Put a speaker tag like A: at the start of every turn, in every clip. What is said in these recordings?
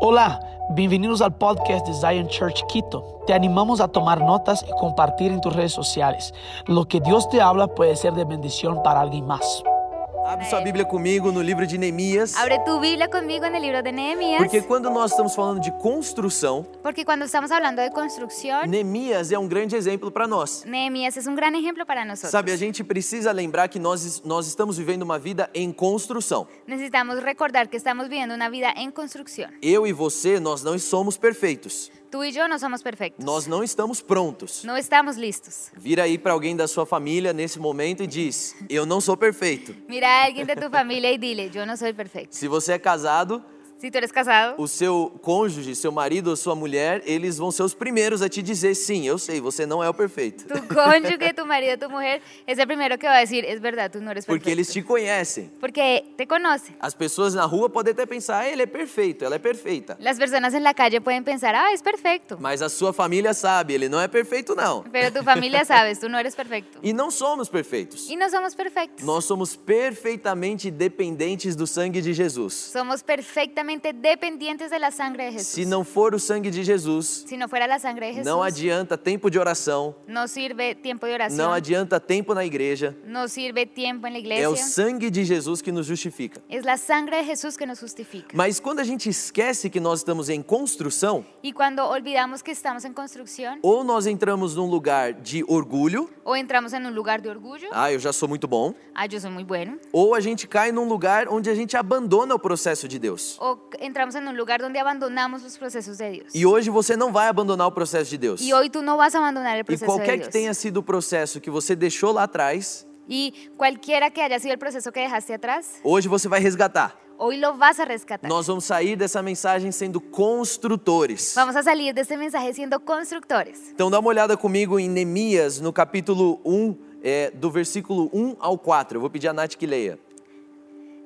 A: Hola, bienvenidos al podcast de Zion Church Quito. Te animamos a tomar notas y compartir en tus redes sociales. Lo que Dios te habla puede ser de bendición para alguien más.
B: Abre sua Bíblia comigo no livro de Neemias.
C: Abre tu Biblia conmigo en el libro de Nehemías.
B: Porque quando nós estamos falando de construção,
C: Porque cuando estamos hablando de construcción,
B: Neemias é um grande exemplo para nós.
C: Nehemías es un gran ejemplo para nosotros.
B: Sabe, a gente precisa lembrar que nós, nós estamos vivendo uma vida em construção.
C: Necesitamos recordar que estamos viviendo una vida en construcción.
B: Eu e você, nós não somos perfeitos.
C: Tú y yo no somos perfectos.
B: Nós não estamos prontos.
C: No estamos listos.
B: Vira aí para alguém da sua família nesse momento e diz: Eu não sou perfeito.
C: Mira a alguien de tu familia y dile, yo no soy perfecto.
B: Se você é casado,
C: Si tú eres casado,
B: o seu cônjuge, seu marido ou sua mulher, eles vão ser os primeiros a te dizer: Sim, eu sei, você não é o perfeito.
C: tu cónyuge, tu marido, tu mujer, es el primero que va a decir, es verdad, tú no eres perfecto.
B: Porque eles te conhecem.
C: Porque te conocen.
B: As pessoas na rua podem até pensar, "Ah, ele é perfeito, ela é perfeita.
C: Las personas en la calle pueden pensar, ah, es perfecto.
B: Mas a sua família sabe, ele não é perfeito não.
C: Pero tu familia sabes, tú no eres perfecto.
B: E não somos perfeitos.
C: Y no somos perfectos.
B: Nós somos perfeitamente dependentes do sangue de Jesus.
C: Somos perfectamente dependientes de la sangre de Jesús.
B: Se não for o sangue de Jesus,
C: Si no fuera la sangre de Jesús,
B: não adianta tempo de oração,
C: no sirve tiempo de oración,
B: não adianta tempo na igreja.
C: no sirve tiempo en la
B: É o
C: iglesia.
B: sangue de Jesus que nos justifica.
C: Es la sangre de Jesús que nos justifica.
B: Mas quando a gente esquece que nós estamos em construção,
C: Y cuando olvidamos que estamos en construcción
B: ou nós entramos num lugar de orgulho,
C: o entramos en un lugar de orgullo,
B: ah, eu já sou muito bom,
C: ah, yo soy muy bueno,
B: ou a gente cai num lugar onde a gente abandona o processo de Deus.
C: o entramos en un lugar donde abandonamos los procesos de Dios.
B: E hoje você não vai abandonar o processo de Deus.
C: Y hoy tú no vas a abandonar el
B: E
C: proceso de
B: qualquer que
C: Dios.
B: tenha sido o processo que você deixou lá atrás,
C: Y cualquiera que haya sido el proceso que dejaste atrás,
B: hoje você vai resgatar.
C: hoy lo vas a rescatar.
B: Nós vamos sair dessa mensagem sendo construtores.
C: Vamos a salir de este mensaje siendo constructores.
B: Então dá uma olhada comigo em Neemias, no capítulo 1, é, do versículo 1 ao 4. Eu vou pedir a Nath que leia.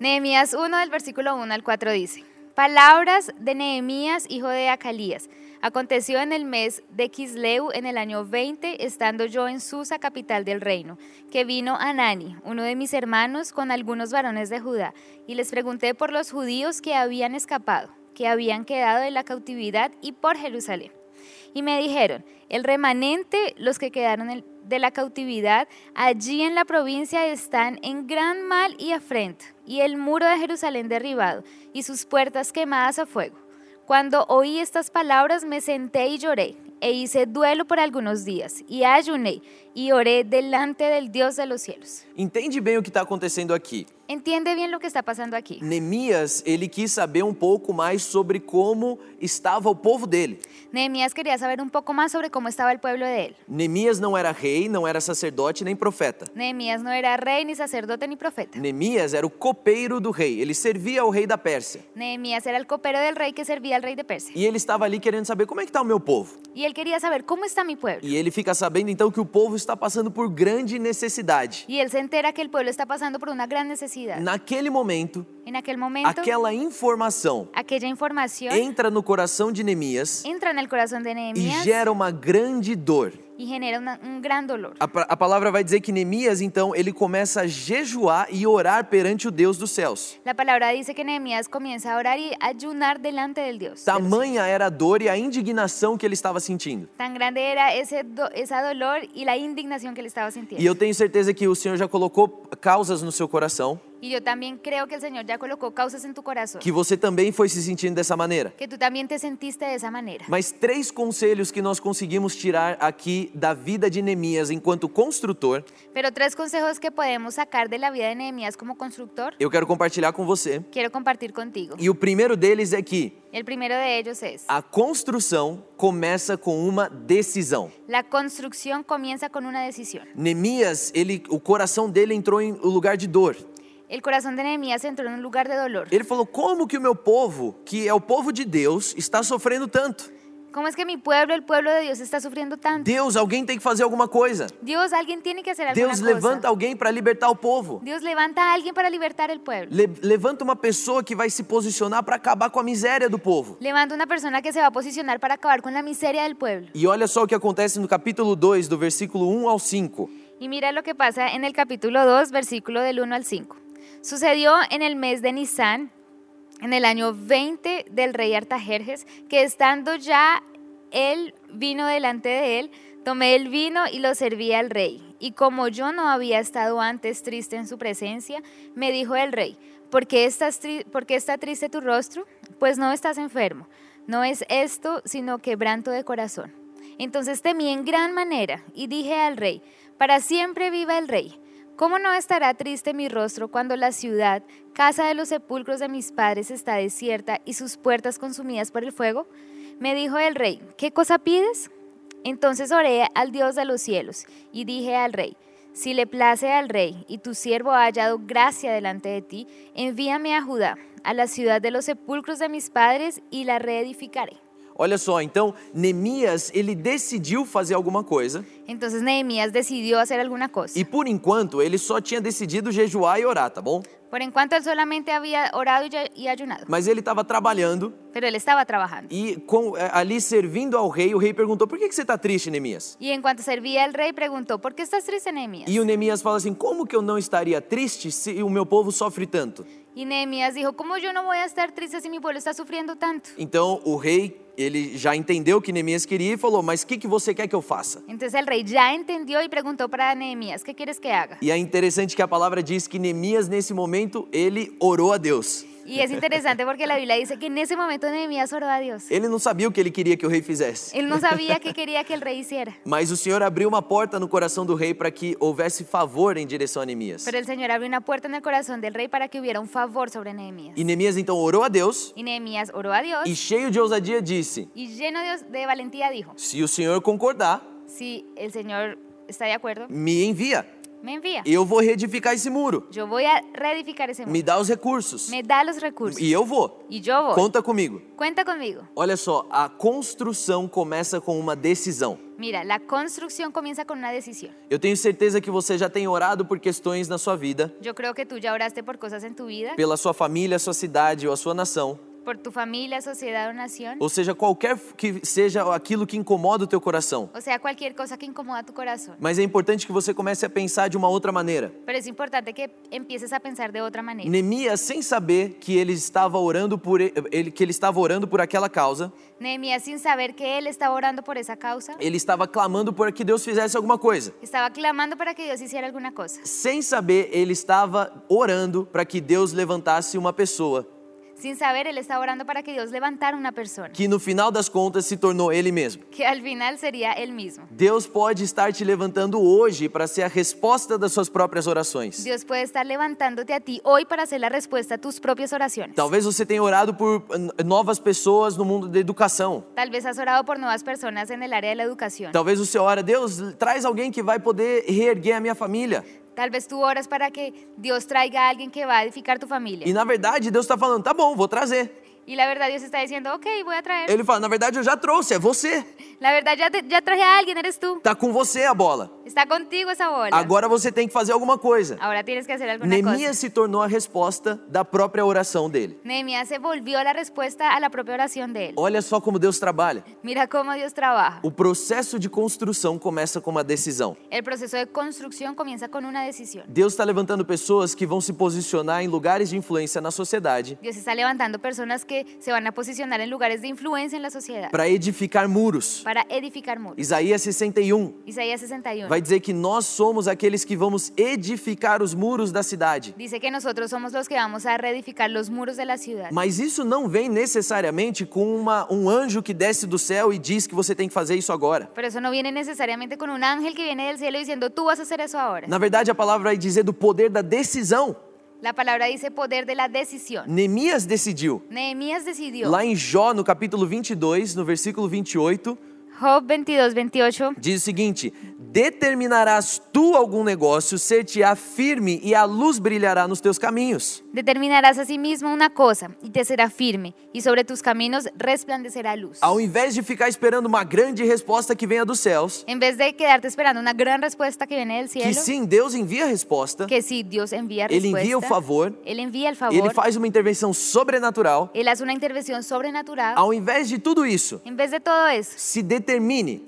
C: Nehemías 1 del versículo 1 al 4 dice, Palabras de Nehemías, hijo de Acalías. Aconteció en el mes de Quisleu, en el año 20, estando yo en Susa, capital del reino, que vino Anani, uno de mis hermanos, con algunos varones de Judá, y les pregunté por los judíos que habían escapado, que habían quedado de la cautividad y por Jerusalén. Y me dijeron, el remanente, los que quedaron el- de la cautividad, allí en la provincia están en gran mal y afrenta, y el muro de Jerusalén derribado, y sus puertas quemadas a fuego. Cuando oí estas palabras me senté y lloré, e hice duelo por algunos días, y ayuné, y oré delante del Dios de los cielos.
B: Entende bem o que está acontecendo aqui.
C: Entiende bien lo que está pasando aquí.
B: Neemias, ele quis saber um pouco mais sobre como estava o povo dele.
C: Nehemías quería saber un poco más sobre cómo estaba el pueblo de él.
B: Neemias não era rei, não era sacerdote nem profeta.
C: Nehemías no era rey, ni sacerdote, ni profeta.
B: Neemias era o copeiro do rei, ele servia ao rei da Pérsia.
C: Nehemías era el copero del rey que servía al rey de Persia.
B: E ele estava ali querendo saber como é que está o meu povo.
C: Y él quería saber cómo está mi pueblo.
B: E ele fica sabendo então que o povo está passando por grande necessidade.
C: Y él se entera que el pueblo está pasando por una gran necesidad.
B: Naquele momento,
C: En aquel momento,
B: aquela informação
C: aquella información
B: entra no coração de Neemias
C: entra en el corazón de
B: e
C: Nehemías
B: gera uma grande dor.
C: y genera una- un gran dolor.
B: A, pa- a palavra vai dizer que Neemias então ele começa a jejuar e orar perante o Deus dos céus.
C: La palabra dice que Nehemías comienza a orar y ayunar delante del Dios. de los cielos.
B: Tamanha era a dor e a indignação que ele estava sentindo.
C: Tan grande era ese do- esa dolor y la indignación que él estaba sintiendo.
B: E eu tenho certeza que o Senhor já colocou causas no seu coração,
C: Y yo también creo que el Señor ya colocó causas en tu corazón,
B: que você também foi se sentindo dessa maneira.
C: que tú también te sentiste de esa manera.
B: Mas três conselhos que nós conseguimos tirar aqui da vida de Neemias enquanto construtor,
C: Pero tres consejos que podemos sacar de la vida de Nehemías como constructor,
B: eu quero compartilhar com você.
C: quiero compartir contigo.
B: E o primeiro deles é que
C: El primero de ellos es,
B: a construção começa com uma decisão.
C: la construcción comienza con una decisión.
B: Neemias, ele, o coração dele entrou em um lugar de dor.
C: El corazón de Nehemías entró en un lugar de dolor.
B: Ele falou: "Como que o meu povo, que é o povo de Deus, está sofrendo tanto?
C: ¿Cómo es que mi pueblo, el pueblo de Dios, está sufriendo tanto?
B: Deus, alguém tem que fazer alguma coisa.
C: Dios, alguien tiene que hacer alguna
B: Deus levanta
C: cosa.
B: alguém para libertar o povo.
C: Dios levanta a alguien para libertar el pueblo.
B: Le- levanta uma pessoa que vai se posicionar para acabar com a miséria do povo."
C: Levanta una persona que se va a posicionar para acabar con la miseria del pueblo.
B: E olha só o que acontece no capítulo 2, do versículo 1 ao 5.
C: Y mira lo que pasa en el capítulo 2, versículo del 1 al 5. Sucedió en el mes de Nisan, en el año 20 del rey Artajerjes, que estando ya él vino delante de él, tomé el vino y lo serví al rey. Y como yo no había estado antes triste en su presencia, me dijo el rey, ¿por qué, estás tri- por qué está triste tu rostro? Pues no estás enfermo. No es esto, sino quebranto de corazón. Entonces temí en gran manera y dije al rey, para siempre viva el rey. ¿Cómo no estará triste mi rostro cuando la ciudad, casa de los sepulcros de mis padres, está desierta y sus puertas consumidas por el fuego? Me dijo el rey, ¿qué cosa pides? Entonces oré al Dios de los cielos y dije al rey, si le place al rey y tu siervo ha hallado gracia delante de ti, envíame a Judá, a la ciudad de los sepulcros de mis padres, y la reedificaré.
B: Olha só, então Neemias, ele decidiu fazer alguma coisa
C: Entonces Nehemías decidió hacer alguna cosa.
B: e por enquanto ele só tinha decidido jejuar e orar, tá bom?
C: Por en cuanto él solamente había orado y ay- y ayunado,
B: Mas ele estava trabalhando
C: pero él estaba trabajando.
B: e com- eh, ali servindo ao rei, o rei perguntou: "Por que que você está triste, Neemias?"
C: Y en cuanto servía el rey, preguntó, ¿por qué estás triste, Nehemías?
B: E o Neemias fala assim: "Como que eu não estaria triste se o meu povo sofre tanto?"
C: Y Nehemías dijo, ¿cómo yo no voy a estar triste si mi pueblo está sufriendo tanto?
B: Então o rei, ele já entendeu o que Neemias queria e falou: "Mas o que que você quer que eu faça?"
C: Entonces el rey ya entendió y preguntó para Nehemías, ¿qué quieres que haga?
B: E é interessante que a palavra diz que Neemias, nesse momento, ele orou a Deus.
C: Y es interesante porque la Biblia dice que en ese momento Nehemías oró a Dios.
B: Ele não sabia o que ele queria que o rei fizesse.
C: Él no sabía qué quería que el rei hiciera,
B: Mas o Senhor abriu uma porta no coração do rei para que houvesse favor em direção a Neemias.
C: pero el Señor abrió una puerta en el corazón del rey para que hubiera un favor sobre Nehemías.
B: E Neemias então orou a Deus
C: Y Nehemías oró a Dios
B: e, cheio de ousadia, disse:
C: y lleno de, de valentía dijo,
B: Se o Senhor concordar,
C: si el Señor está de acuerdo,
B: me envia.
C: me envía.
B: Eu vou reedificar esse muro.
C: Yo voy a reedificar ese
B: Me
C: mundo.
B: dá os recursos.
C: Me da los recursos.
B: E eu vou.
C: Y yo voy.
B: Conta comigo.
C: Cuenta conmigo.
B: Olha só, a construção começa com uma decisão.
C: Mira, la construcción comienza con una decisión.
B: Eu tenho certeza que você já tem orado por questões na sua vida
C: Yo creo que tú ya oraste por cosas en tu vida,
B: pela sua família, sua cidade ou a sua nação,
C: por tu familia, sociedad o nación.
B: ou seja, qualquer que seja aquilo que incomoda o teu coração.
C: O sea, cualquier cosa que incomoda tu corazón.
B: Mas é importante que você comece a pensar de uma outra maneira.
C: Pero es importante que empieces a pensar de otra manera.
B: Neemias, sem saber que ele estava orando por e- ele, que ele estava orando por aquela causa,
C: Nehemías, sin saber que él estaba orando por esa causa,
B: ele estava clamando por que Deus fizesse alguma coisa.
C: estaba clamando para que Dios hiciera alguna cosa.
B: Sem saber, ele estava orando para que Deus levantasse uma pessoa
C: Sin saber, él estaba orando para que Dios levantara una persona,
B: que no final das contas se tornou ele mesmo.
C: que al final sería él mismo.
B: Deus pode estar te levantando hoje para ser a resposta das suas próprias orações.
C: Dios puede estar levantándote a ti hoy para hacer la respuesta a tus propias oraciones.
B: Talvez você tenha orado por eh, novas pessoas no mundo da educação.
C: Tal vez has orado por nuevas personas en el área de la educación.
B: Talvez você ora, Deus, traz alguém que vai poder reerguer a minha família.
C: Tal vez tú oras para que Dios traiga a alguien que va a edificar tu
B: E
C: familia.
B: na verdade, Deus está falando, tá bom, vou trazer.
C: Y la verdad Dios está diciendo, ok, voy a traer.
B: Ele fala, na verdade, eu já trouxe, é você.
C: La verdad ya, te- ya traje a alguien, eres tú.
B: Tá com você a bola.
C: Está contigo esa bola.
B: Agora você tem que fazer alguma coisa.
C: Ahora tienes que hacer alguna cosa.
B: Neemias se tornou a resposta da própria oração dele.
C: Nehemías se volvió la respuesta a la propia oración de él.
B: Olha só como Deus trabalha.
C: Mira cómo Dios trabaja.
B: O processo de construção começa com uma decisão.
C: El proceso de construcción comienza con una decisión.
B: Deus está levantando pessoas que vão se posicionar em lugares de influência na sociedade
C: Dios está levantando personas que se van a posicionar en lugares de influencia en la sociedad
B: para edificar muros.
C: para edificar muros.
B: Isaías 61
C: Isaías 61
B: vai dizer que nós somos aqueles que vamos edificar os muros da cidade.
C: dice que nosotros somos los que vamos a reedificar los muros de la ciudad.
B: Mas isso não vem necessariamente com uma- um anjo que desce do céu e diz que você tem que fazer isso agora.
C: Pero eso no viene necesariamente con un ángel que viene del cielo diciendo, tú vas a hacer eso ahora.
B: Na verdade, a palavra vai dizer do poder da decisão.
C: La palabra dice poder de la decisión.
B: Neemias decidiu.
C: Nehemías decidió.
B: Lá em Jó, no capítulo 22, no versículo 28,
C: Job 22, 28
B: Diz o seguinte: determinarás tu algum negócio, ser-te-á firme e a luz brilhará nos teus caminhos.
C: Determinarás asimismo una cosa y te será firme, y sobre tus caminos resplandecerá luz.
B: Ao invés de ficar esperando uma grande resposta que venha dos céus,
C: En vez de quedarte esperando una gran respuesta que viene del cielo,
B: que sim, Deus envia a resposta,
C: que sí, Dios envía
B: Él
C: respuesta.
B: envia o favor,
C: Él envía el favor.
B: ele faz uma intervenção sobrenatural.
C: Él hace una intervención sobrenatural.
B: Ao invés de tudo isso,
C: En vez de todo eso,
B: se determine.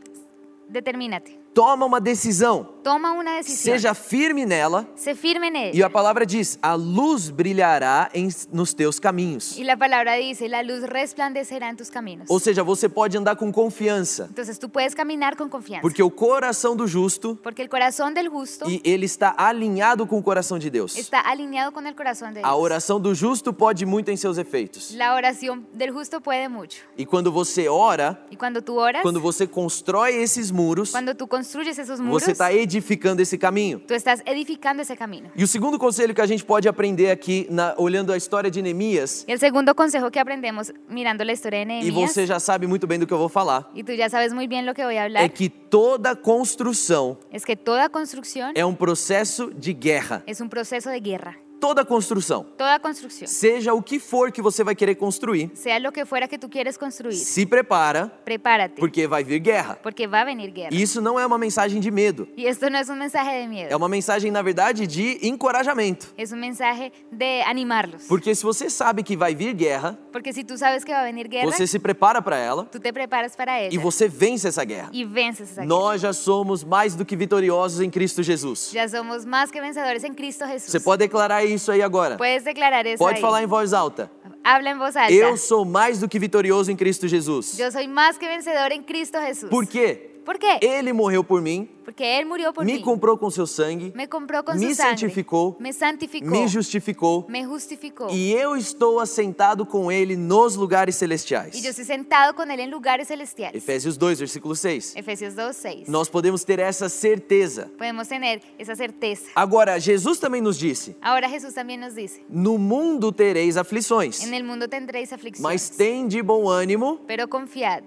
C: determínate.
B: Toma uma decisão,
C: Toma una decisión.
B: seja firme nela.
C: Se firme en
B: E a
C: ella.
B: palavra diz: a luz brilhará em- nos teus caminhos.
C: Y la palabra dice, la luz resplandecerá en tus caminos.
B: Ou seja, você pode andar com confiança,
C: Entonces tú puedes caminar con confianza.
B: porque o coração do justo
C: Porque el corazón del justo
B: e ele está alinhado com o coração de Deus.
C: está alineado con el corazón de
B: A
C: Dios.
B: oração do justo pode muito em seus efeitos.
C: La oración del justo puede mucho.
B: E quando você ora,
C: Y cuando tú oras,
B: quando você constrói esses muros,
C: cuando tú construyes esos muros,
B: você está edificando esse caminho.
C: tú estás edificando ese camino.
B: E o segundo conselho que a gente pode aprender aqui, na- olhando a história de Neemias,
C: Y el segundo consejo que aprendemos mirando la historia de
B: e
C: Nehemías,
B: você já sabe muito bem do que eu vou falar,
C: y tú ya sabes muy bien lo que voy a
B: é
C: hablar,
B: que toda construção
C: es que toda construcción
B: é um processo de guerra.
C: es un proceso de guerra.
B: Toda construção,
C: Toda construcción,
B: seja o que for que você vai querer construir,
C: sea lo que fuera que tú quieres construir,
B: se prepara,
C: prepárate,
B: porque vai vir guerra.
C: porque va a venir guerra.
B: E isso não é uma mensagem de medo,
C: Y esto no es un mensaje de miedo,
B: é uma mensagem, na verdade, de encorajamento.
C: es un mensaje de animarlos.
B: Porque se você sabe que vai vir guerra,
C: Porque si tú sabes que va a venir guerra,
B: você se prepara para ela
C: tú te preparas para
B: e
C: ella
B: você vence essa guerra.
C: y vences esa guerra.
B: Nós já somos mais do que vitoriosos em Cristo Jesus.
C: Ya somos más que vencedores en Cristo Jesús.
B: Você pode declarar isso aí agora.
C: Puedes declarar eso.
B: Pode
C: ahí.
B: falar em voz alta.
C: Habla en voz alta.
B: Eu sou mais do que vitorioso em Cristo é. Jesus.
C: Yo soy más que vencedor en Cristo Jesús.
B: Por quê?
C: ¿Por qué?
B: Ele morreu por mim,
C: Porque Él murió por
B: me
C: mí.
B: comprou com seu sangue,
C: me compró con
B: me
C: su sangre.
B: santificou,
C: Me santificó.
B: me justificou
C: me justificó.
B: e eu estou assentado com ele nos lugares
C: Y yo
B: celestiais.
C: estoy sentado con Él en lugares celestiales.
B: Efésios 2, versículo 6.
C: Efesios 2, 6.
B: Nós podemos ter essa certeza.
C: Podemos tener esa certeza.
B: Agora, Jesus também nos disse:
C: Ahora Jesús también nos dice,
B: No mundo tereis aflições,
C: en el mundo tendréis aflicciones.
B: mas tem de bom ánimo,
C: Pero confiad,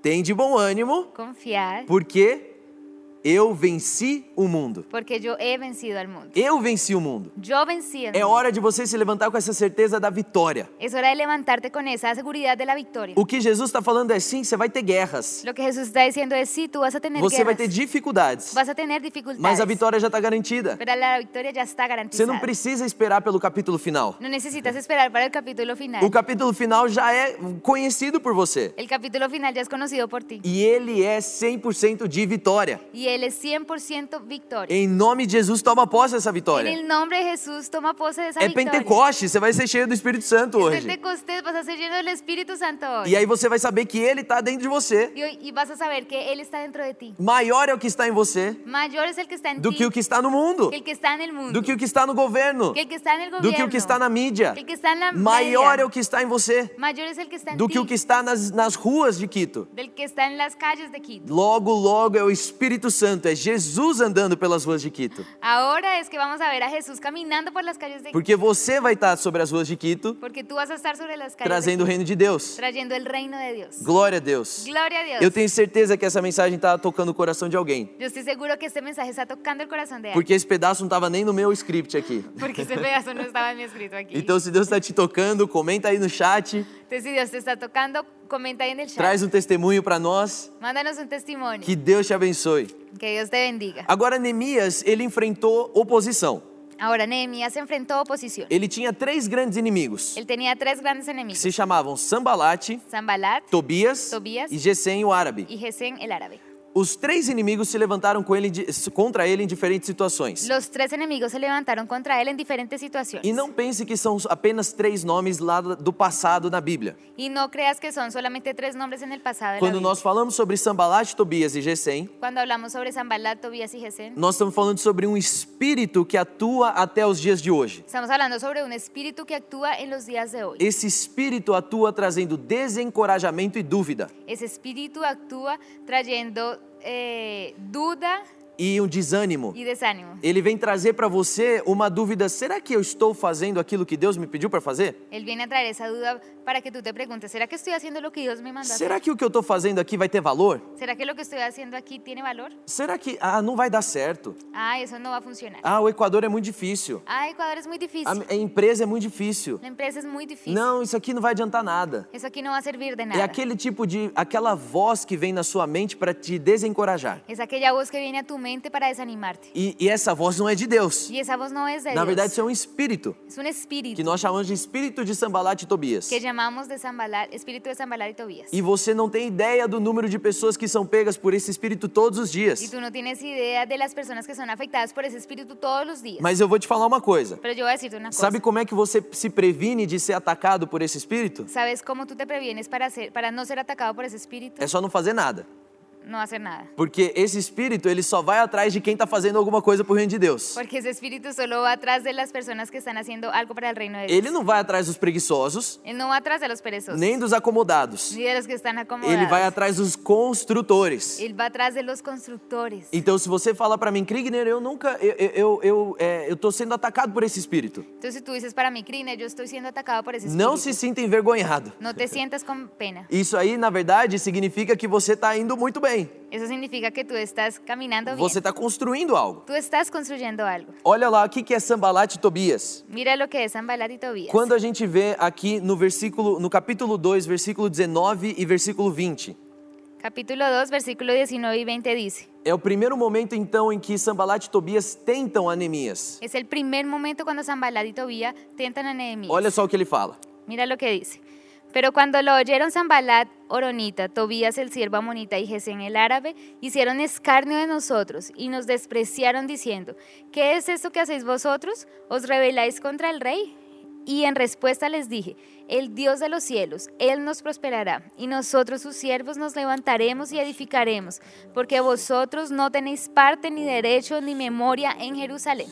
B: tem de bom ânimo,
C: confiad,
B: porque eu venci o mundo.
C: porque yo he vencido al mundo.
B: Eu venci o mundo.
C: Yo vencí al
B: É
C: mundo.
B: hora de você se levantar com essa certeza da vitória.
C: Es hora de levantarte con esa seguridad de la victoria.
B: O que Jesus está falando é sim, você vai ter guerras,
C: Lo que Jesús está diciendo es, sí, tú vas a tener
B: você vai ter
C: guerras,
B: dificuldades,
C: vas a tener
B: mas
C: dificultades,
B: a vitória já está garantida.
C: pero la victoria ya está
B: Você
C: garantizada.
B: não precisa esperar pelo capítulo final.
C: No necesitas esperar para el capítulo final.
B: O capítulo final já é conhecido por você.
C: El capítulo final ya es conocido por ti.
B: E ele é 100% de vitória.
C: Y Él es 100% victoria.
B: Em nome de Jesus, toma posse dessa
C: En
B: vitória.
C: el nombre de Jesús, toma pose de esa
B: É
C: victoria.
B: Pentecoste, você vai ser cheio do Espírito Santo
C: Es
B: hoje.
C: Pentecostés, vas a ser lleno del Espíritu Santo hoy.
B: E aí você vai saber que ele está dentro de você.
C: Y, hoy- y vas a saber que Él está dentro de ti.
B: Maior é o que está em você
C: Mayor es el que está en
B: do
C: ti
B: que o que está no mundo,
C: que el que está en el mundo,
B: do que o que está no governo,
C: que el que está en el gobierno,
B: do que o que está na mídia.
C: que el que está en la
B: Maior
C: media.
B: é o que está em você
C: Mayor es el que está en
B: do
C: ti
B: que o que está nas, nas ruas de Quito.
C: del que está en las calles de Quito.
B: Logo, logo é o Espírito Santo, é Jesus andando pelas ruas de Quito.
C: Ahora es que vamos a ver a Jesús caminando por las calles de Quito,
B: Porque você vai estar sobre as ruas de Quito,
C: porque tú vas a estar sobre las calles de
B: trazendo o
C: Quito,
B: reino de Deus.
C: trayendo el reino de Dios.
B: Glória a Deus.
C: Gloria a Dios.
B: Eu tenho certeza que essa mensagem está tocando o coração de alguém.
C: Yo estoy seguro que este mensaje está tocando el corazón de alguien,
B: Porque esse pedaço não estava nem no meu script aqui.
C: porque este pedazo no estaba en mi escrito aquí.
B: Então, se Deus está te tocando, comenta aí no chat,
C: Entonces, si Dios te está tocando, comenta ahí en el chat.
B: traz um testemunho para nós.
C: Mándanos un testimonio.
B: Que Deus te abençoe.
C: Que Dios te bendiga.
B: Agora, Neemias, ele enfrentou oposição.
C: Ahora, Nehemías se enfrentó a oposición.
B: Ele tinha três grandes inimigos,
C: Él tenía tres grandes
B: que
C: enemigos:
B: se chamavam Sambalate,
C: Zambalat
B: Tobias,
C: Tobias
B: e Gesem, o árabe.
C: y Gesem el árabe.
B: Os três inimigos se levantaram com ele, de- contra ele em diferentes situações.
C: Los tres enemigos se levantaron contra él en diferentes situaciones.
B: E não pense que são apenas três nomes lá do passado na Bíblia.
C: Y no creas que son solamente tres nombres en el pasado. de la
B: Quando
C: Biblia.
B: nós falamos sobre Sambalate, Tobias e Gesem,
C: Cuando hablamos sobre Zambalat, Tobías y Gesem,
B: nós estamos falando sobre um espírito que atua até os dias de hoje.
C: estamos hablando sobre un espíritu que actúa en los días de hoy.
B: Esse espírito atua trazendo desencorajamento e dúvida
C: Ese espíritu actúa trayendo eh, duda
B: e um desânimo.
C: y desánimo.
B: Ele vem trazer para você uma dúvida: será que eu estou fazendo aquilo que Deus me pediu para fazer?
C: Él viene a traer esa duda para que tú te preguntes, ¿será que estoy haciendo lo que Dios me mandó? a hacer?
B: Será que o que eu estou fazendo aqui vai ter valor?
C: ¿Será que lo que estoy haciendo aquí tiene valor?
B: Será que ah, não vai dar certo?
C: Ah, eso no va a funcionar.
B: Ah, o Equador é muito difícil.
C: Ah, Ecuador es muy
B: A,
C: difícil.
B: a empresa é muito difícil.
C: La empresa es muy difícil.
B: Não, isso aqui não vai adiantar nada.
C: Eso aquí no va a servir de
B: É
C: nada.
B: aquele tipo de aquela voz que vem na sua mente para te desencorajar.
C: Es aquella voz que viene a tu mente para desanimarte.
B: E, e essa voz não é de Deus.
C: Y esa voz no es de
B: Na
C: Dios.
B: verdade, isso é um espírito
C: es un espíritu
B: que nós chamamos de espírito de Sambalat e Tobias.
C: que llamamos de Zambalá- espíritu de Zambalá y Tobías.
B: E você não tem ideia do número de pessoas que são pegas por esse espírito todos os
C: Y
B: dias.
C: tú no tienes idea de las personas que son afectadas por ese espíritu todos los días.
B: Mas eu vou te falar uma coisa.
C: Pero yo voy a decirte una cosa.
B: Sabe como é que você se previne de ser atacado por esse espírito?
C: ¿Sabes cómo tú te previenes para, ser, para no ser atacado por ese espíritu?
B: É só não fazer nada.
C: No hacer nada.
B: Porque esse espírito, ele só vai atrás de quem está fazendo alguma coisa pro reino de Deus.
C: Porque ese espíritu solo va atrás de las personas que están haciendo algo para el reino de Dios.
B: Ele não vai atrás dos preguiçosos,
C: Él no va atrás de los perezosos,
B: nem dos acomodados.
C: ni de los que están
B: Ele vai
C: acomodados.
B: atrás dos construtores.
C: Él va atrás de los constructores.
B: Então, se você fala para mim, Krigner, eu nunca. Eu, eu, eu, eu, é, eu tô sendo atacado por esse espírito.
C: Entonces, si tú dices para mim, Crine, yo estoy siendo atacado por ese espíritu.
B: Não se sinta envergonhado.
C: No te sientas con pena.
B: Isso aí, na verdade, significa que você está indo muito bem.
C: Eso significa que tú estás caminando bien.
B: Você está construindo algo.
C: Tú estás construyendo algo.
B: Olha lá o que que é Sambalat e Tobias.
C: Mira lo que es Zambalat y Tobías.
B: Quando a gente vê aqui no versículo, no capítulo 2, versículo 19 e versículo 20.
C: Capítulo 2, versículo 19 y 20 dice,
B: É o primeiro momento, então, em que Sambalat e Tobias tentam a Neemias.
C: es el primer momento cuando Zambalat y Tobías tentan a Nehemías.
B: Olha só o que ele fala.
C: Mira lo que dice. Pero cuando lo oyeron Zambalat, Oronita, Tobías el siervo amonita y Gesén el árabe, hicieron escarnio de nosotros y nos despreciaron diciendo, ¿qué es esto que hacéis vosotros? ¿Os rebeláis contra el rey? Y en respuesta les dije, el Dios de los cielos, Él nos prosperará, y nosotros sus siervos nos levantaremos y edificaremos, porque vosotros no tenéis parte ni derecho ni memoria en Jerusalém.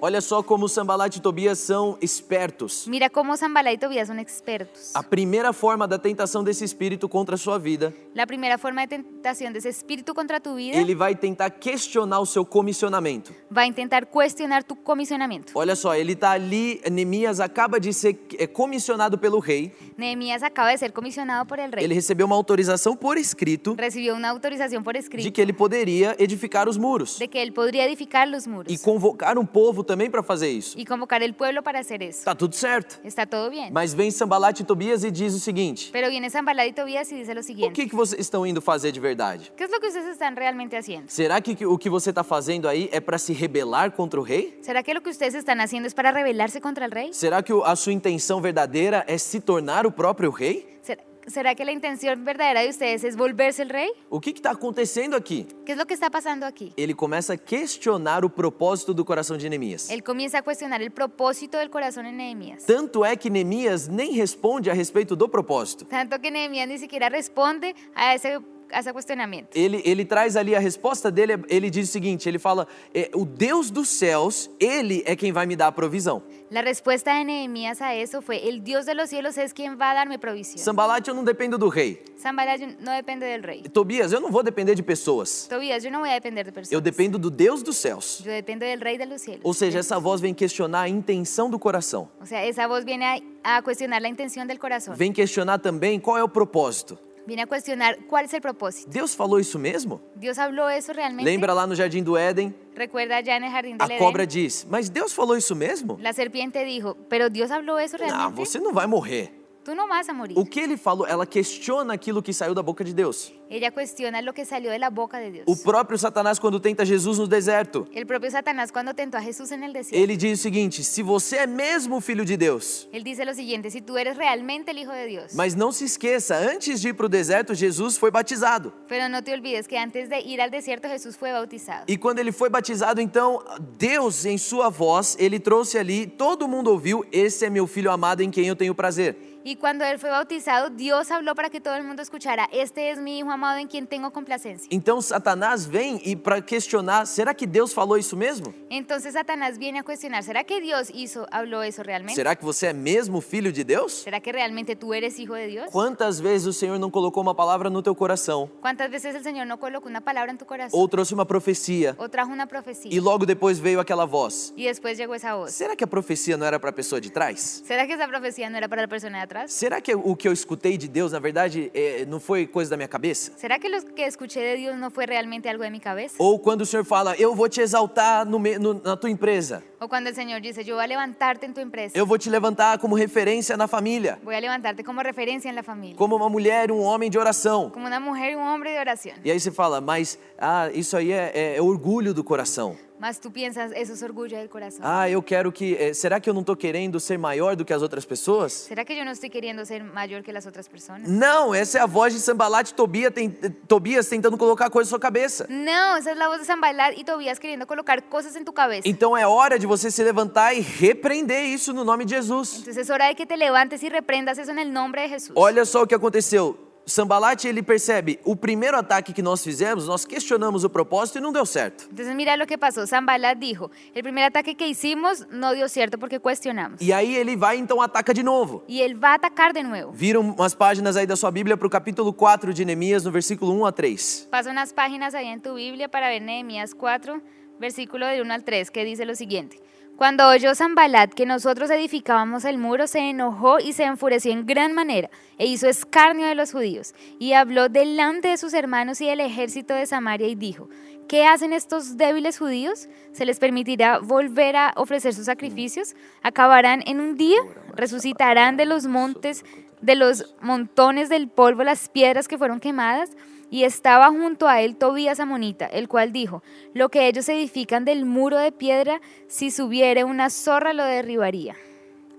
B: Olha só como Sambalat e Tobias são espertos.
C: Mira cómo Zambalat y Tobías son expertos.
B: A primeira forma da tentação desse espírito contra a sua vida,
C: La primera forma de tentación de ese espíritu contra tu vida
B: ele vai tentar questionar o seu comissionamento.
C: va a intentar cuestionar tu comisionamiento.
B: Olha só, ele está ali, Neemias acaba de ser é, comissionado pelo rei,
C: Nehemías acaba de ser comisionado por el rey.
B: ele recebeu uma autorização por escrito
C: Recibió una autorización por
B: de
C: escrito
B: que ele poderia edificar os muros
C: de que él podría edificar los
B: e
C: muros
B: convocar um povo também para fazer isso.
C: y convocar el pueblo para hacer eso.
B: Tá tudo certo.
C: Está todo bien.
B: Mas vem Sambalat e Tobias e diz o seguinte:
C: Pero viene Zambalá y Tobías y dice lo
B: O
C: siguiente.
B: que, que vocês estão indo fazer de verdade?
C: ¿Qué es lo que ustedes están realmente haciendo?
B: Será que que o que você está fazendo aí é para se rebelar contra o rei?
C: ¿Será que lo que ustedes están haciendo es para rebelarse contra el rey?
B: Será que o- a sua intenção verdadeira é se tornar o próprio rei?
C: ¿Será, será que la intención verdadera de ustedes es volverse el rey?
B: O que está acontecendo aqui?
C: ¿Qué es lo que está pasando aquí?
B: Ele começa a questionar o propósito do coração de Neemias.
C: Él comienza a cuestionar el propósito del corazón en Nehemías.
B: Tanto é que Neemias nem responde a respeito do propósito.
C: Tanto que Nehemías ni siquiera responde a ese, a ese cuestionamiento.
B: Ele, ele traz ali a resposta dele, ele diz o seguinte, ele fala, é, o Deus dos céus, ele é quem vai me dar a provisão.
C: La respuesta de Nehemías a eso fue, el Dios de los cielos es quien va a darme provisión.
B: Sambalat, eu não dependo do rei.
C: Zambala yo- no depende del rei.
B: Tobias, eu não vou depender de pessoas.
C: Tobías, yo no voy a depender de
B: Eu
C: personas.
B: dependo do Deus dos céus.
C: Yo dependo del rey de los cielos.
B: Ou seja, essa voz vem questionar a intenção do coração.
C: O sea, esa voz viene a, a cuestionar la intención del corazón.
B: Vem questionar também qual é o propósito.
C: Viene a cuestionar cuál es el propósito.
B: Deus falou isso mesmo?
C: ¿Dios habló eso realmente?
B: Lembra lá no Jardim do Éden?
C: Recuerda ya en el jardín del
B: A
C: Edén,
B: cobra diz: Mas Deus falou isso mesmo?
C: la serpiente dijo, pero Dios habló eso
B: Ah,
C: realmente.
B: você não vai morrer.
C: Tú no vas a morir.
B: O que ele falou, ela questiona aquilo que saiu da boca de Deus.
C: Ella cuestiona lo que salió de la boca de Dios.
B: O próprio Satanás, quando tenta Jesus no deserto,
C: El propio Satanás cuando tentó a Jesús en el desierto,
B: ele diz o seguinte: Se você é mesmo o filho de Deus,
C: él dice lo siguiente, si tú eres realmente el Hijo de Dios,
B: mas não se esqueça, antes de ir para o deserto, Jesus foi batizado.
C: pero no te olvides que antes de ir al desierto Jesús fue bautizado.
B: E quando ele foi batizado, então, Deus, em sua voz, ele trouxe ali, todo mundo ouviu: Esse é meu filho amado em quem eu tenho prazer.
C: Y cuando él fue bautizado, Dios habló para que todo el mundo escuchara, este es mi Hijo amado en quien tengo complacencia.
B: Então, Satanás vem e para questionar: será que Deus falou isso mesmo?
C: Entonces Satanás viene a cuestionar, ¿será que Dios hizo, habló eso realmente?
B: Será que você é mesmo filho de Deus?
C: ¿Será que realmente tú eres hijo de Dios?
B: Quantas vezes o Senhor não colocou uma palavra no teu coração?
C: ¿Cuántas veces el Señor no colocó una palabra en tu corazón
B: Ou trouxe uma profecia
C: o trajo una
B: e
C: profecía?
B: logo depois veio aquela voz?
C: Y después llegó esa voz.
B: Será que a profecia não era para a pessoa de trás?
C: ¿Será que esa profecía no era para la persona de atrás?
B: Será que o que eu escutei de Deus, na verdade, eh, não foi coisa da minha cabeça?
C: ¿Será que lo que escuché de Dios no fue realmente algo de mi cabeza?
B: Ou quando o Senhor fala, eu vou te exaltar no me- no- na tua empresa,
C: O cuando el Señor dice, yo voy a levantarte en tu empresa,
B: eu vou te levantar como referência na família,
C: voy a levantarte como referencia en la familia,
B: como uma mulher, um homem de oração.
C: como una mujer y un hombre de oración.
B: E aí você fala, mas ah, isso aí é, é- é orgulho do coração.
C: Más tú piensas, eso es orgullo del corazón.
B: Ah, eu quero que. eh, será que eu não estou querendo ser maior do que as outras pessoas?
C: ¿Será que yo no estoy queriendo ser mayor que las otras personas?
B: Não, essa é a voz de Sambalat e Tobia ten- Tobias tentando colocar coisa na sua cabeça.
C: No, esa es la voz de Zambalat y Tobías queriendo colocar cosas en tu cabeza.
B: Então é hora de você se levantar e repreender isso no nome de Jesus.
C: Entonces es hora de que te levantes y reprendas eso en el nombre de Jesús.
B: Olha só o que aconteceu. Sambalat ele percebe, o primeiro ataque que nós fizemos, nós questionamos o propósito e não deu certo.
C: Entonces mira lo que pasó. Zambalat dijo, el primer ataque que hicimos no dio cierto porque cuestionamos.
B: E aí ele vai então ataca de novo.
C: Y él va a atacar de nuevo.
B: Viram umas páginas aí da sua Bíblia para o capítulo 4 de Neemias, no versículo 1 a 3.
C: Pasa unas páginas ahí en tu Biblia para ver Nehemías 4, versículo de 1 al 3, que dice lo siguiente. Cuando oyó Zambalat que nosotros edificábamos el muro, se enojó y se enfureció en gran manera, e hizo escarnio de los judíos, y habló delante de sus hermanos y del ejército de Samaria, y dijo, ¿qué hacen estos débiles judíos? ¿Se les permitirá volver a ofrecer sus sacrificios? ¿Acabarán en un día? ¿Resucitarán de los montes, de los montones del polvo las piedras que fueron quemadas? Y estaba junto a él Tobías Amonita, el cual dijo, lo que ellos edifican del muro de piedra, si subiere una zorra lo derribaría.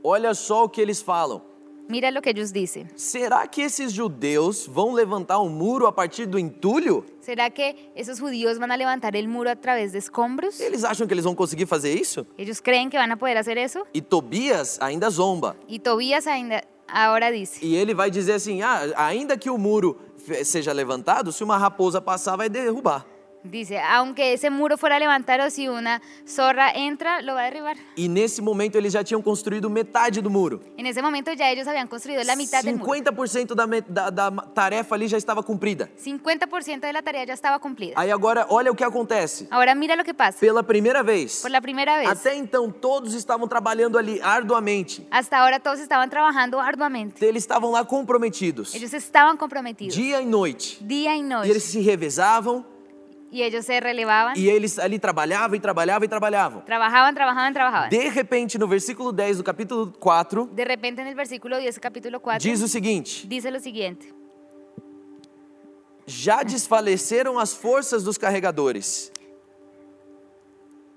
B: Olha só o que eles falam.
C: Mira lo que ellos dicen.
B: Será que esses judeus vão levantar um muro a partir do entulho?
C: ¿Será que esos judíos van a levantar el muro a través de escombros?
B: Eles acham que eles vão conseguir fazer isso?
C: ¿Ellos creen que van a poder hacer eso?
B: E Tobias ainda zomba.
C: Y Tobías ainda- ahora dice,
B: E ele vai dizer assim: ah, ainda que o muro fe- seja levantado, se uma raposa passar, vai derrubar.
C: dice, aunque ese muro fuera levantado, si una zorra entra, lo va a derribar.
B: E nesse momento eles já tinham construído metade do muro.
C: En ese momento ya ellos habían construido la mitad del muro.
B: 50% da, me- da, da ma- tarefa ali já estava cumprida.
C: 50% de la tarea ya estaba cumplida.
B: Aí agora, olha o que acontece.
C: Ahora mira lo que pasa.
B: Pela primeira vez,
C: Por la primera vez.
B: até então todos estavam trabalhando ali arduamente.
C: Hasta ahora todos estaban trabajando arduamente.
B: Eles estavam lá comprometidos,
C: Ellos estaban comprometidos
B: dia e noite. Ah.
C: día y
B: E eles
C: noche
B: se revezavam
C: y ellos se relevaban,
B: e eles ali trabalhavam e trabalhavam e trabalhavam.
C: trabajaban, trabajaban, trabajaban.
B: De repente, no versículo 10 do capítulo 4,
C: De repente en el versículo 10, capítulo 4,
B: diz o seguinte:
C: dice lo siguiente.
B: Já desfaleceram as forças dos carregadores.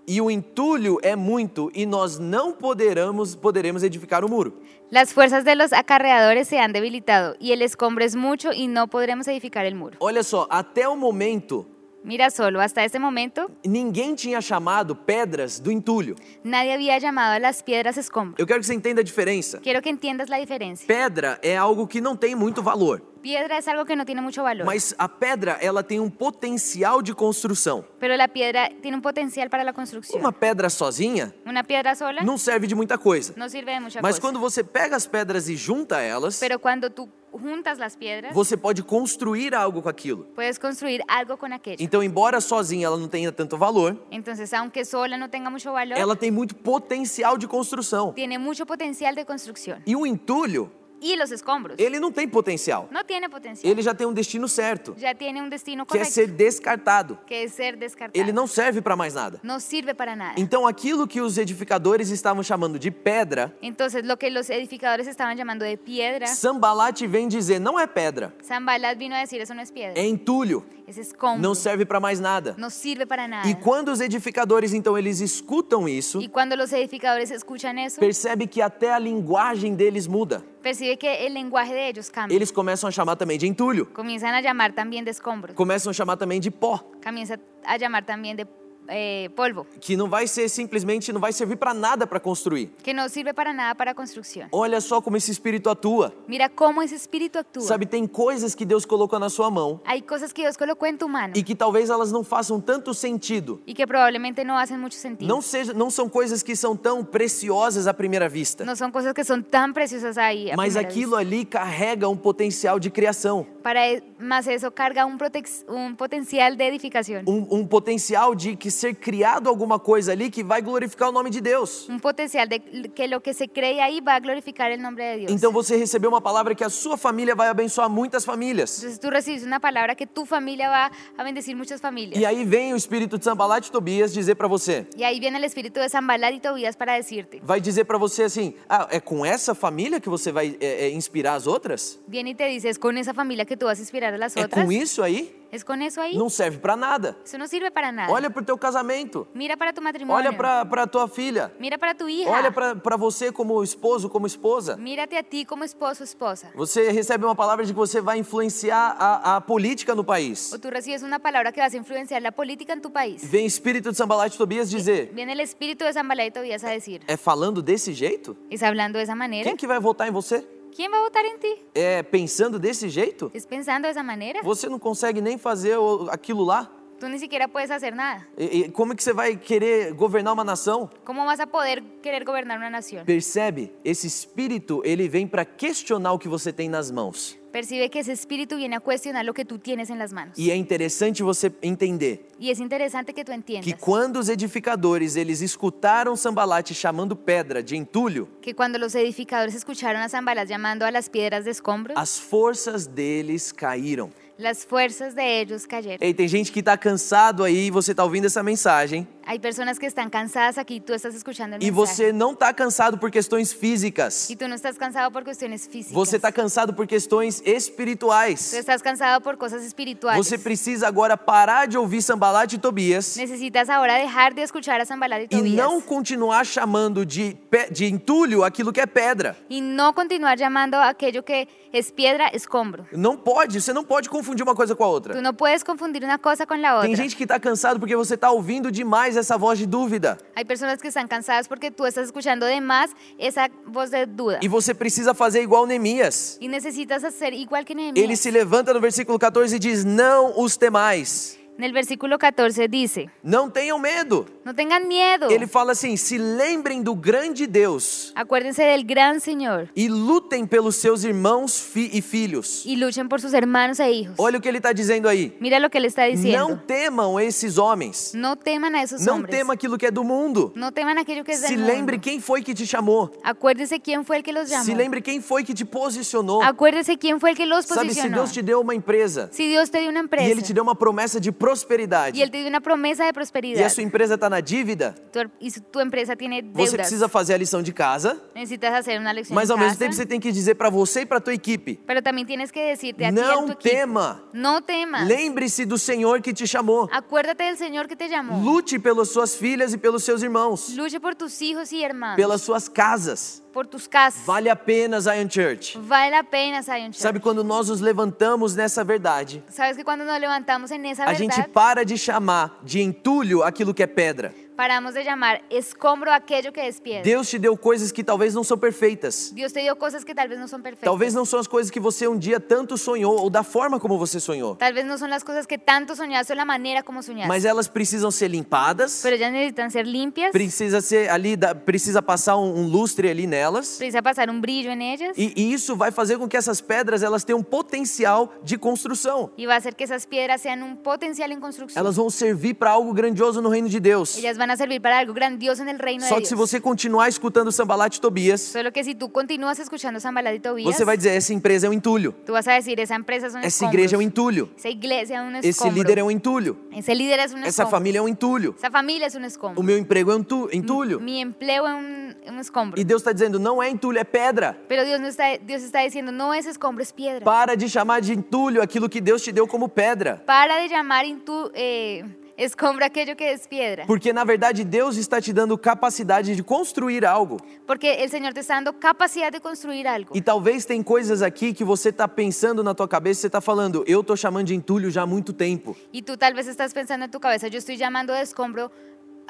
B: E o entulho é muito, e nós não poderamos, poderemos edificar o muro.
C: Las fuerzas de los acarreadores se han debilitado y el escombro es mucho y no podremos edificar el muro.
B: Olha só, até o momento,
C: Mira solo, hasta este momento
B: ninguém tinha chamado pedras do entulho.
C: nadie había llamado a las piedras escombro.
B: Eu quero que você entenda a diferença.
C: Quiero que entiendas la diferencia.
B: Pedra é algo que não tem muito valor,
C: Piedra es algo que no tiene mucho valor,
B: mas a pedra ela tem um potencial de construção.
C: pero la piedra tiene un potencial para la
B: Uma
C: construcción.
B: pedra sozinha
C: Una piedra sola
B: não serve de muita coisa.
C: no sirve de mucha
B: Mas
C: cosa.
B: quando você pega as pedras e junta elas,
C: Pero cuando tú juntas las piedras,
B: você pode construir algo com aquilo.
C: puedes construir algo con aquello.
B: Então, embora sozinha ela não tenha tanto valor,
C: Entonces, aunque sola no tenga mucho valor,
B: ela tem muito potencial de construção.
C: tiene mucho potencial de construcción.
B: E o entulho,
C: Y los escombros
B: ele não tem potencial.
C: no tiene potencial.
B: Ele já tem um destino certo,
C: Ya tiene un destino
B: que é
C: correcto,
B: ser descartado.
C: que es ser descartado.
B: Ele não serve para mais nada.
C: No sirve para nada.
B: Então, aquilo que os edificadores estavam chamando de pedra,
C: Entonces, lo que los edificadores estaban llamando de piedra,
B: Sambalat vem dizer: não é pedra,
C: Zambalat vino a decir, eso no es piedra,
B: é entulho,
C: es escombro,
B: não serve para mais nada.
C: no sirve para nada.
B: E quando os edificadores então eles escutam isso,
C: Y cuando los edificadores escuchan eso,
B: percebe que até a linguagem deles muda.
C: percibe que el lenguaje de ellos cambia.
B: Eles começam a chamar também de entulho,
C: Comienzan a llamar también de escombros.
B: começam a chamar também de pó,
C: comienza a llamar también de eh, polvo,
B: que não vai ser simplesmente não vai servir para nada para construir.
C: que no sirve para nada para construcción.
B: Olha só como esse espírito atua.
C: Mira cómo ese espíritu actúa.
B: Sabe, tem coisas que Deus colocou na sua mão
C: Hay cosas que Dios colocó en tu mano
B: e que talvez elas não façam tanto sentido.
C: y que probablemente no hacen mucho sentido.
B: Não seja, não são coisas que são tão preciosas à primeira vista.
C: No son cosas que son tan preciosas ahí. a
B: Mas
C: primera
B: aquilo ali carrega um potencial de criação,
C: vista. Para e- más eso carga un, protex- un potencial de edificación,
B: um, um potencial de que ser criado alguma coisa ali que vai glorificar o nome de Deus.
C: un potencial de que lo que se cree ahí va a glorificar el nombre de Dios.
B: Então você recebeu uma palavra que a sua família vai abençoar muitas famílias.
C: Entonces tú recibes una palabra que tu familia va a bendecir muchas familias.
B: E aí vem o espírito de Sambalat e Tobias dizer para você.
C: Y ahí viene el espíritu de Zambalat y Tobías para decirte,
B: Vai dizer para você assim: "Ah, é com essa família que você vai é, é, inspirar as outras?
C: viene y te dice, es con esa familia que tú vas a inspirar a las
B: É
C: otras.
B: com isso aí?
C: Es con eso ahí.
B: Não serve para nada.
C: Eso no sirve para nada.
B: Olha pro teu casamento.
C: Mira para tu matrimonio.
B: Olha pra pra tua filha.
C: Mira para tu hija.
B: Olha pra pra você como esposo, como esposa.
C: Mírate a ti como esposo o esposa.
B: Você recebe uma palavra de que você vai influenciar a, a política no país.
C: O tú recibes una palabra que vas a influenciar la política en tu país.
B: Vem espírito de Sambalat e Tobias dizer:
C: Viene el espíritu de Zambalat y Tobías a decir,
B: "É falando desse jeito?
C: ¿es hablando de esa manera?
B: Quem que vai votar em você?
C: ¿Quién va a votar en ti?
B: É pensando desse jeito?
C: ¿Es pensando de esa manera?
B: Você não consegue nem fazer o- aquilo lá?"
C: Tú ni siquiera puedes hacer nada.
B: E- e como é que você vai querer governar uma nação?
C: ¿Cómo vas a poder querer gobernar una nación?
B: Percebe? Esse espírito, ele vem para questionar o que você tem nas mãos.
C: Percibe que ese espíritu viene a cuestionar lo que tú tienes en las manos.
B: E é interessante você entender
C: Y es interesante que tú
B: que
C: entiendas
B: quando os edificadores, eles escutaram Sambalate chamando pedra de entulho,
C: que cuando los edificadores escucharon a Zambalat llamando a las piedras de escombros,
B: as forças deles caíram.
C: las fuerzas de ellos cayeron.
B: Ei, tem gente que tá cansado aí, você tá ouvindo essa mensagem,
C: Hay personas que están cansadas aquí, tú estás escuchando el
B: e
C: mensaje.
B: você não tá cansado por questões físicas.
C: Y tú no estás cansado por cuestiones físicas.
B: Você tá cansado por questões
C: Tú
B: espirituais.
C: estás cansado por cosas espirituales.
B: Você precisa agora parar de ouvir Sambalate e Tobias.
C: Necesitas ahora dejar de escuchar a Zambalat y
B: e
C: Tobías.
B: não continuar chamando de, pe- de entulho aquilo que é pedra.
C: y no continuar llamando a aquello que es piedra, escombro.
B: Não pode, você não pode confundir uma coisa com a
C: Tú
B: outra.
C: no puedes confundir una cosa con la otra.
B: Tem gente que está cansado porque você está ouvindo demais essa voz de dúvida.
C: Hay personas que están cansadas porque tú estás escuchando de más esa voz de duda.
B: E você precisa fazer igual Neemias.
C: Y necesitas hacer igual que
B: Ele
C: Nehemías.
B: se levanta no versículo 14 e diz: Não os temais,
C: En el versículo 14 dice,
B: não tenham medo.
C: no tengan miedo,
B: Ele fala assim: se lembrem do grande Deus
C: acuérdense del gran Señor
B: e lutem pelos seus irmãos fi- e filhos.
C: y luchen por sus hermanos e hijos.
B: Olha o que ele está dizendo aí.
C: Mira lo que él está
B: Não
C: diciendo.
B: temam esses homens.
C: No teman a esos
B: Não
C: hombres.
B: tema aquilo que é do mundo.
C: No teman aquello que es
B: Se
C: del
B: lembre
C: mundo.
B: quem foi que te chamou.
C: Acuérdense quién fue el que los llamó.
B: Se lembre quem foi que te posicionou.
C: Acuérdese quién fue el que los
B: Sabe, se
C: posicionó.
B: Deus te deu uma empresa
C: Si Dios te dio una
B: e Ele te
C: empresa
B: deu uma promessa de prosperidade
C: y Él te dio una promesa de
B: e a
C: prosperidad
B: sua empresa está na dívida,
C: tu- em, y su- tu empresa tiene
B: você
C: deudas,
B: precisa fazer a lição de casa,
C: necesitas hacer una lección
B: mas ao
C: en
B: mesmo
C: casa,
B: tempo você tem que dizer para você e para tua equipe:
C: pero también tienes que decirte a ti y a tu
B: não
C: equipo,
B: tema.
C: no temas,
B: Lembre-se do Senhor que te chamou.
C: acuérdate del Señor que te llamó,
B: Lute pelas suas filhas e pelos seus irmãos,
C: lucha por tus hijos y hermanos,
B: pelas suas casas.
C: por tus casas, vale,
B: Vale a pena, Zion Church.
C: la pena, Zion Church.
B: Sabe quando nós nos levantamos nessa verdade?
C: Sabes que cuando nos levantamos en esa
B: A gente
C: verdad,
B: para de chamar de entulho aquilo que é pedra.
C: paramos de llamar escombro aquello que es piedra.
B: Deus te deu coisas que talvez não são perfeitas.
C: Dios te dio cosas que tal vez no son perfectas.
B: Talvez não são as coisas que você um dia tanto sonhou ou da forma como você sonhou.
C: Tal vez no son las cosas que tanto soñaste o la manera como soñaste.
B: Mas elas precisam ser limpadas,
C: pero ellas necesitan ser limpias,
B: precisa ser ali, da- precisa passar um, um lustre ali nelas.
C: precisa pasar un brillo en ellas y,
B: E, e isso vai fazer com que essas pedras elas tenham um potencial de construção.
C: va a hacer que esas piedras sean un potencial en construcción.
B: Elas vão servir para algo grandioso no reino de Deus.
C: Ellas van a servir para algo grandioso en el reino
B: Só
C: de
B: que se
C: Dios.
B: você continuar escutando Sambalat e Tobias,
C: Solo que si tú continúas escuchando Zambalad y Tobías,
B: você vai dizer essa empresa é um entulho,
C: tú vas a decir, esa empresa es un
B: essa
C: escombro,
B: igreja é um entulho,
C: esa iglesia es un
B: esse
C: escombro,
B: líder é um entulho,
C: ese líder es un
B: essa
C: escombro,
B: família é um entulho.
C: esa familia es un escombro,
B: O meu emprego é um tu- entulho.
C: mi empleo es un, un escombro.
B: E Deus está dizendo, não é entulho, é pedra.
C: Pero Dios, no está, Dios está diciendo, no es escombro, es piedra.
B: Para de chamar de entulho aquilo que Deus te deu como pedra.
C: Para de llamar en tu, eh, escombro aquello que es piedra.
B: Porque na verdade Deus está te dando capacidade de construir algo.
C: Porque el Señor te está dando capacidad de construir algo.
B: E talvez tem coisas aqui que você está pensando na tua cabeça, você está falando, eu estou chamando de entulho já há muito tempo.
C: Y tú tal vez estás pensando en tu cabeza, yo estoy llamando de escombro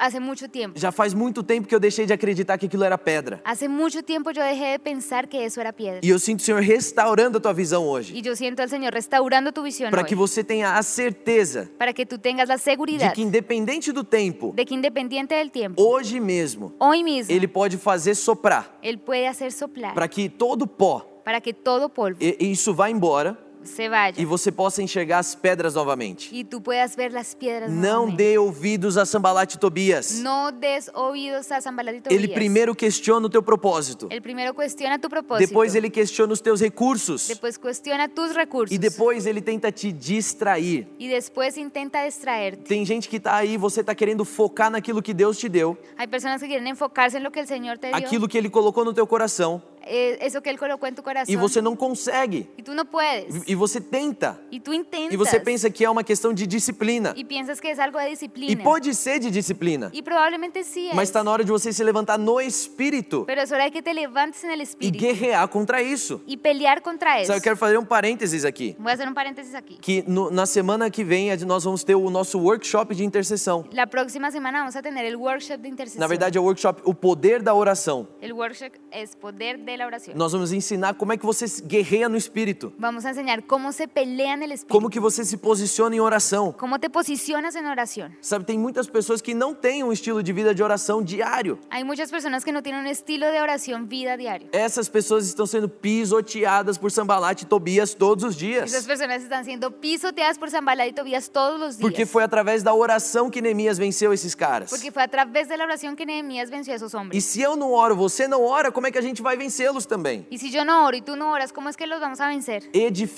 C: hace mucho tiempo.
B: Já faz muito tempo que eu deixei de acreditar que aquilo era pedra.
C: Hace mucho tiempo yo dejé de pensar que eso era piedra.
B: E eu sinto o Senhor restaurando a tua visão hoje,
C: Y yo siento al Señor restaurando tu visión
B: para
C: hoy,
B: que você tenha a certeza
C: para que tú tengas la
B: de
C: seguridad
B: que independente do tempo,
C: de que independiente del tiempo,
B: hoje mesmo,
C: hoy mismo,
B: ele pode fazer soprar
C: Él puede hacer soplar
B: para que todo pó
C: para que todo polvo
B: E- e isso vai embora
C: se vaya
B: e você possa enxergar as pedras novamente.
C: y tú puedas ver las piedras
B: Não
C: nuevamente.
B: dê ouvidos a Sambalat e Tobias.
C: No des oídos a Zambalat y Tobías.
B: Ele primeiro questiona o teu propósito.
C: El primero cuestiona tu propósito.
B: Depois ele questiona os teus recursos.
C: Después cuestiona tus recursos.
B: E depois ele tenta te distrair.
C: Y después intenta distraerte.
B: Tem gente que tá aí, você tá querendo focar naquilo que Deus te deu,
C: Hay personas que quieren enfocarse en lo que el Señor te dio,
B: aquilo que ele colocou no teu coração,
C: eh, eso que Él colocó en tu corazón.
B: e você não consegue.
C: y tú no puedes.
B: E você tenta.
C: Y tú intentas.
B: E você pensa que é uma questão de disciplina.
C: y piensas que es algo de disciplina.
B: E
C: é
B: pode ser de disciplina,
C: Y probablemente sí es.
B: mas está na hora de você se levantar no espírito
C: Pero es hora de que te levantes en el
B: e
C: espíritu
B: guerrear contra isso.
C: y pelear contra eso.
B: Sabe, eu quero fazer um parênteses aqui.
C: Voy a hacer un paréntesis aquí.
B: Que no- na semana que vem a de- nós vamos ter o nosso workshop de intercessão.
C: La próxima semana vamos a tener el workshop de intercesión.
B: Na verdade, é o workshop O Poder da Oração.
C: el workshop es poder de la oración.
B: Nós vamos ensinar como é que você se guerreia no espírito.
C: Vamos a enseñar cómo se pelea en el espíritu.
B: Como que você se posiciona em oração.
C: cómo te posicionas en oración.
B: Sabe, tem muitas pessoas que não têm um estilo de vida de oração diário.
C: Hay muchas personas que no tienen un estilo de oración vida diario.
B: Essas pessoas estão sendo pisoteadas por Sambalat e Tobias todos os
C: Esas
B: dias.
C: personas están siendo pisoteadas por Zambalá y Tobías todos los días.
B: Porque foi através da oração que Neemias venceu esses caras.
C: Porque fue a través de la oración que Nehemías venció a esos
B: E
C: hombres.
B: se eu não oro, você não ora, como é que a gente vai vencê-los também?
C: Y si yo no oro y tú no oras, ¿cómo es que los vamos a vencer?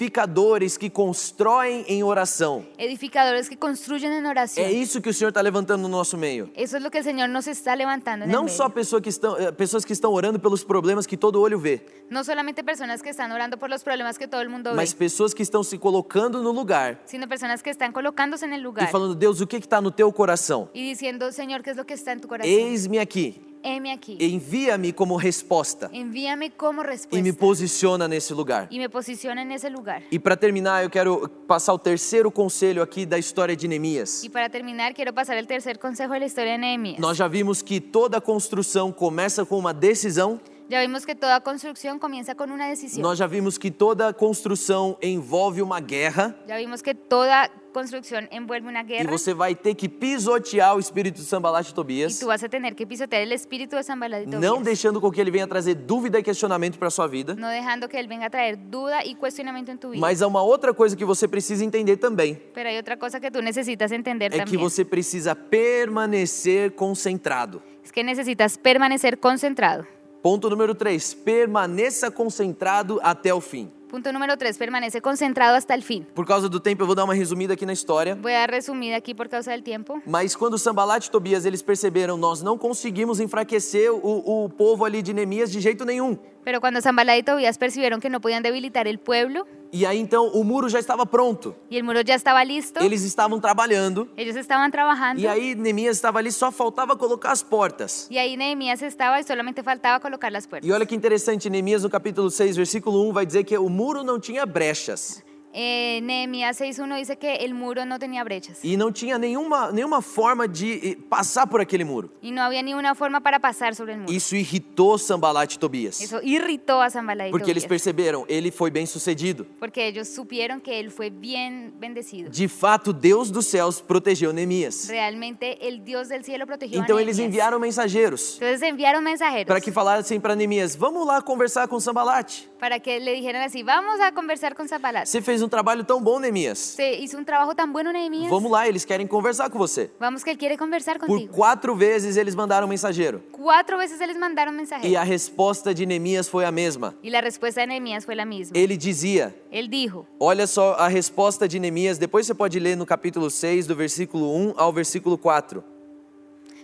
B: Edificadores que constroem em oração.
C: Edificadores que construyen en oración.
B: É isso que o Senhor está levantando no nosso meio.
C: Eso es lo que el Señor nos está levantando. En el
B: Não
C: medio.
B: só pessoa que estão, eh, pessoas que estão orando pelos problemas que todo olho vê,
C: No solamente personas que están orando por los problemas que todo el mundo
B: mas
C: ve,
B: pessoas que estão se colocando no lugar
C: sino personas que están colocándose en el
B: e
C: lugar
B: falando: Deus, o que está no teu coração?
C: y diciendo, Señor, ¿qué es lo que está en tu corazón?
B: Eis-me aqui,
C: Heme aquí.
B: envia-me como resposta
C: Envíame como
B: e me
C: respuesta.
B: posiciona nesse lugar.
C: y me posiciona en ese lugar.
B: E para terminar, eu quero passar o terceiro conselho aqui da história de Neemias.
C: Y para terminar, quiero pasar el tercer consejo de la historia de Nehemías.
B: Nós já vimos que toda construção começa com uma decisão.
C: Ya vimos que toda construcción comienza con una decisión.
B: Nós já vimos que toda construção envolve uma guerra.
C: Ya vimos que toda construcción envuelve una
B: E
C: guerra.
B: você vai ter que pisotear o espírito de Sambalat e
C: Y
B: Tobias.
C: tú vas a tener que pisotear el espíritu de San Baladito.
B: Não deixando com que ele venha trazer dúvida e questionamento para sua vida.
C: no dejando que él venga a traer duda y cuestionamiento en tu vida.
B: Mas há uma outra coisa que você precisa entender também.
C: Pero hay otra cosa que tú necesitas entender
B: É que
C: también.
B: você precisa permanecer concentrado.
C: Es que necesitas permanecer concentrado.
B: Ponto número 3. Permaneça concentrado até o fim.
C: Punto número tres, permanece concentrado hasta el fin.
B: Por causa do tempo, eu vou dar uma resumida aqui na história.
C: Voy a dar resumida aquí por causa del tiempo.
B: Mas quando Sambalat e Tobias eles perceberam, nós não conseguimos enfraquecer o, o povo ali de Neemias de jeito nenhum.
C: Pero cuando Zambalá y Tobías percibieron que no podían debilitar el pueblo
B: E aí então o muro já estava pronto.
C: y el muro ya estaba listo,
B: Eles estavam trabalhando.
C: ellos estaban trabajando
B: E aí Neemias estava ali, só faltaba colocar as portas.
C: y ahí Nehemías estaba y solamente faltaba colocar las puertas.
B: E olha que interessante, Neemias no capítulo 6, versículo 1 vai dizer que o muro não tinha brechas
C: Eh, Nehemías 6.1 dice que el muro no tenía brechas
B: e não tinha nenhuma, nenhuma forma de eh, passar por aquele muro.
C: y no había ni una forma para pasar sobre el muro.
B: Isso irritou Sambalat e Tobias,
C: Eso irritó a Zambalá y
B: porque eles
C: Tobías
B: perceberam, ele foi bem sucedido.
C: porque ellos supieron que él fue bien bendecido.
B: De fato, Deus dos céus protegeu Neemias.
C: Realmente el Dios del cielo protegió a
B: Então eles
C: Nehemías.
B: enviaram mensageiros
C: Entonces enviaron mensajeros
B: para que falassem para Neemias: vamos lá conversar com Sambalat.
C: para que le dijeran así, vamos a conversar con Zambalá.
B: Você fez um trabalho tão bom, Neemias.
C: Se hizo un trabajo tan bueno Nehemías.
B: Vamos lá, eles querem conversar com você.
C: Vamos que él quiere conversar
B: Por
C: contigo.
B: quatro vezes eles mandaram um mensageiro.
C: Cuatro veces se les mandaron mensajeros.
B: E a resposta de Neemias foi a mesma.
C: Y la respuesta de Nehemías fue la misma.
B: Ele dizia:
C: Él dijo,
B: Olha só a resposta de Neemias, depois você pode ler no capítulo 6, do versículo 1 ao versículo 4.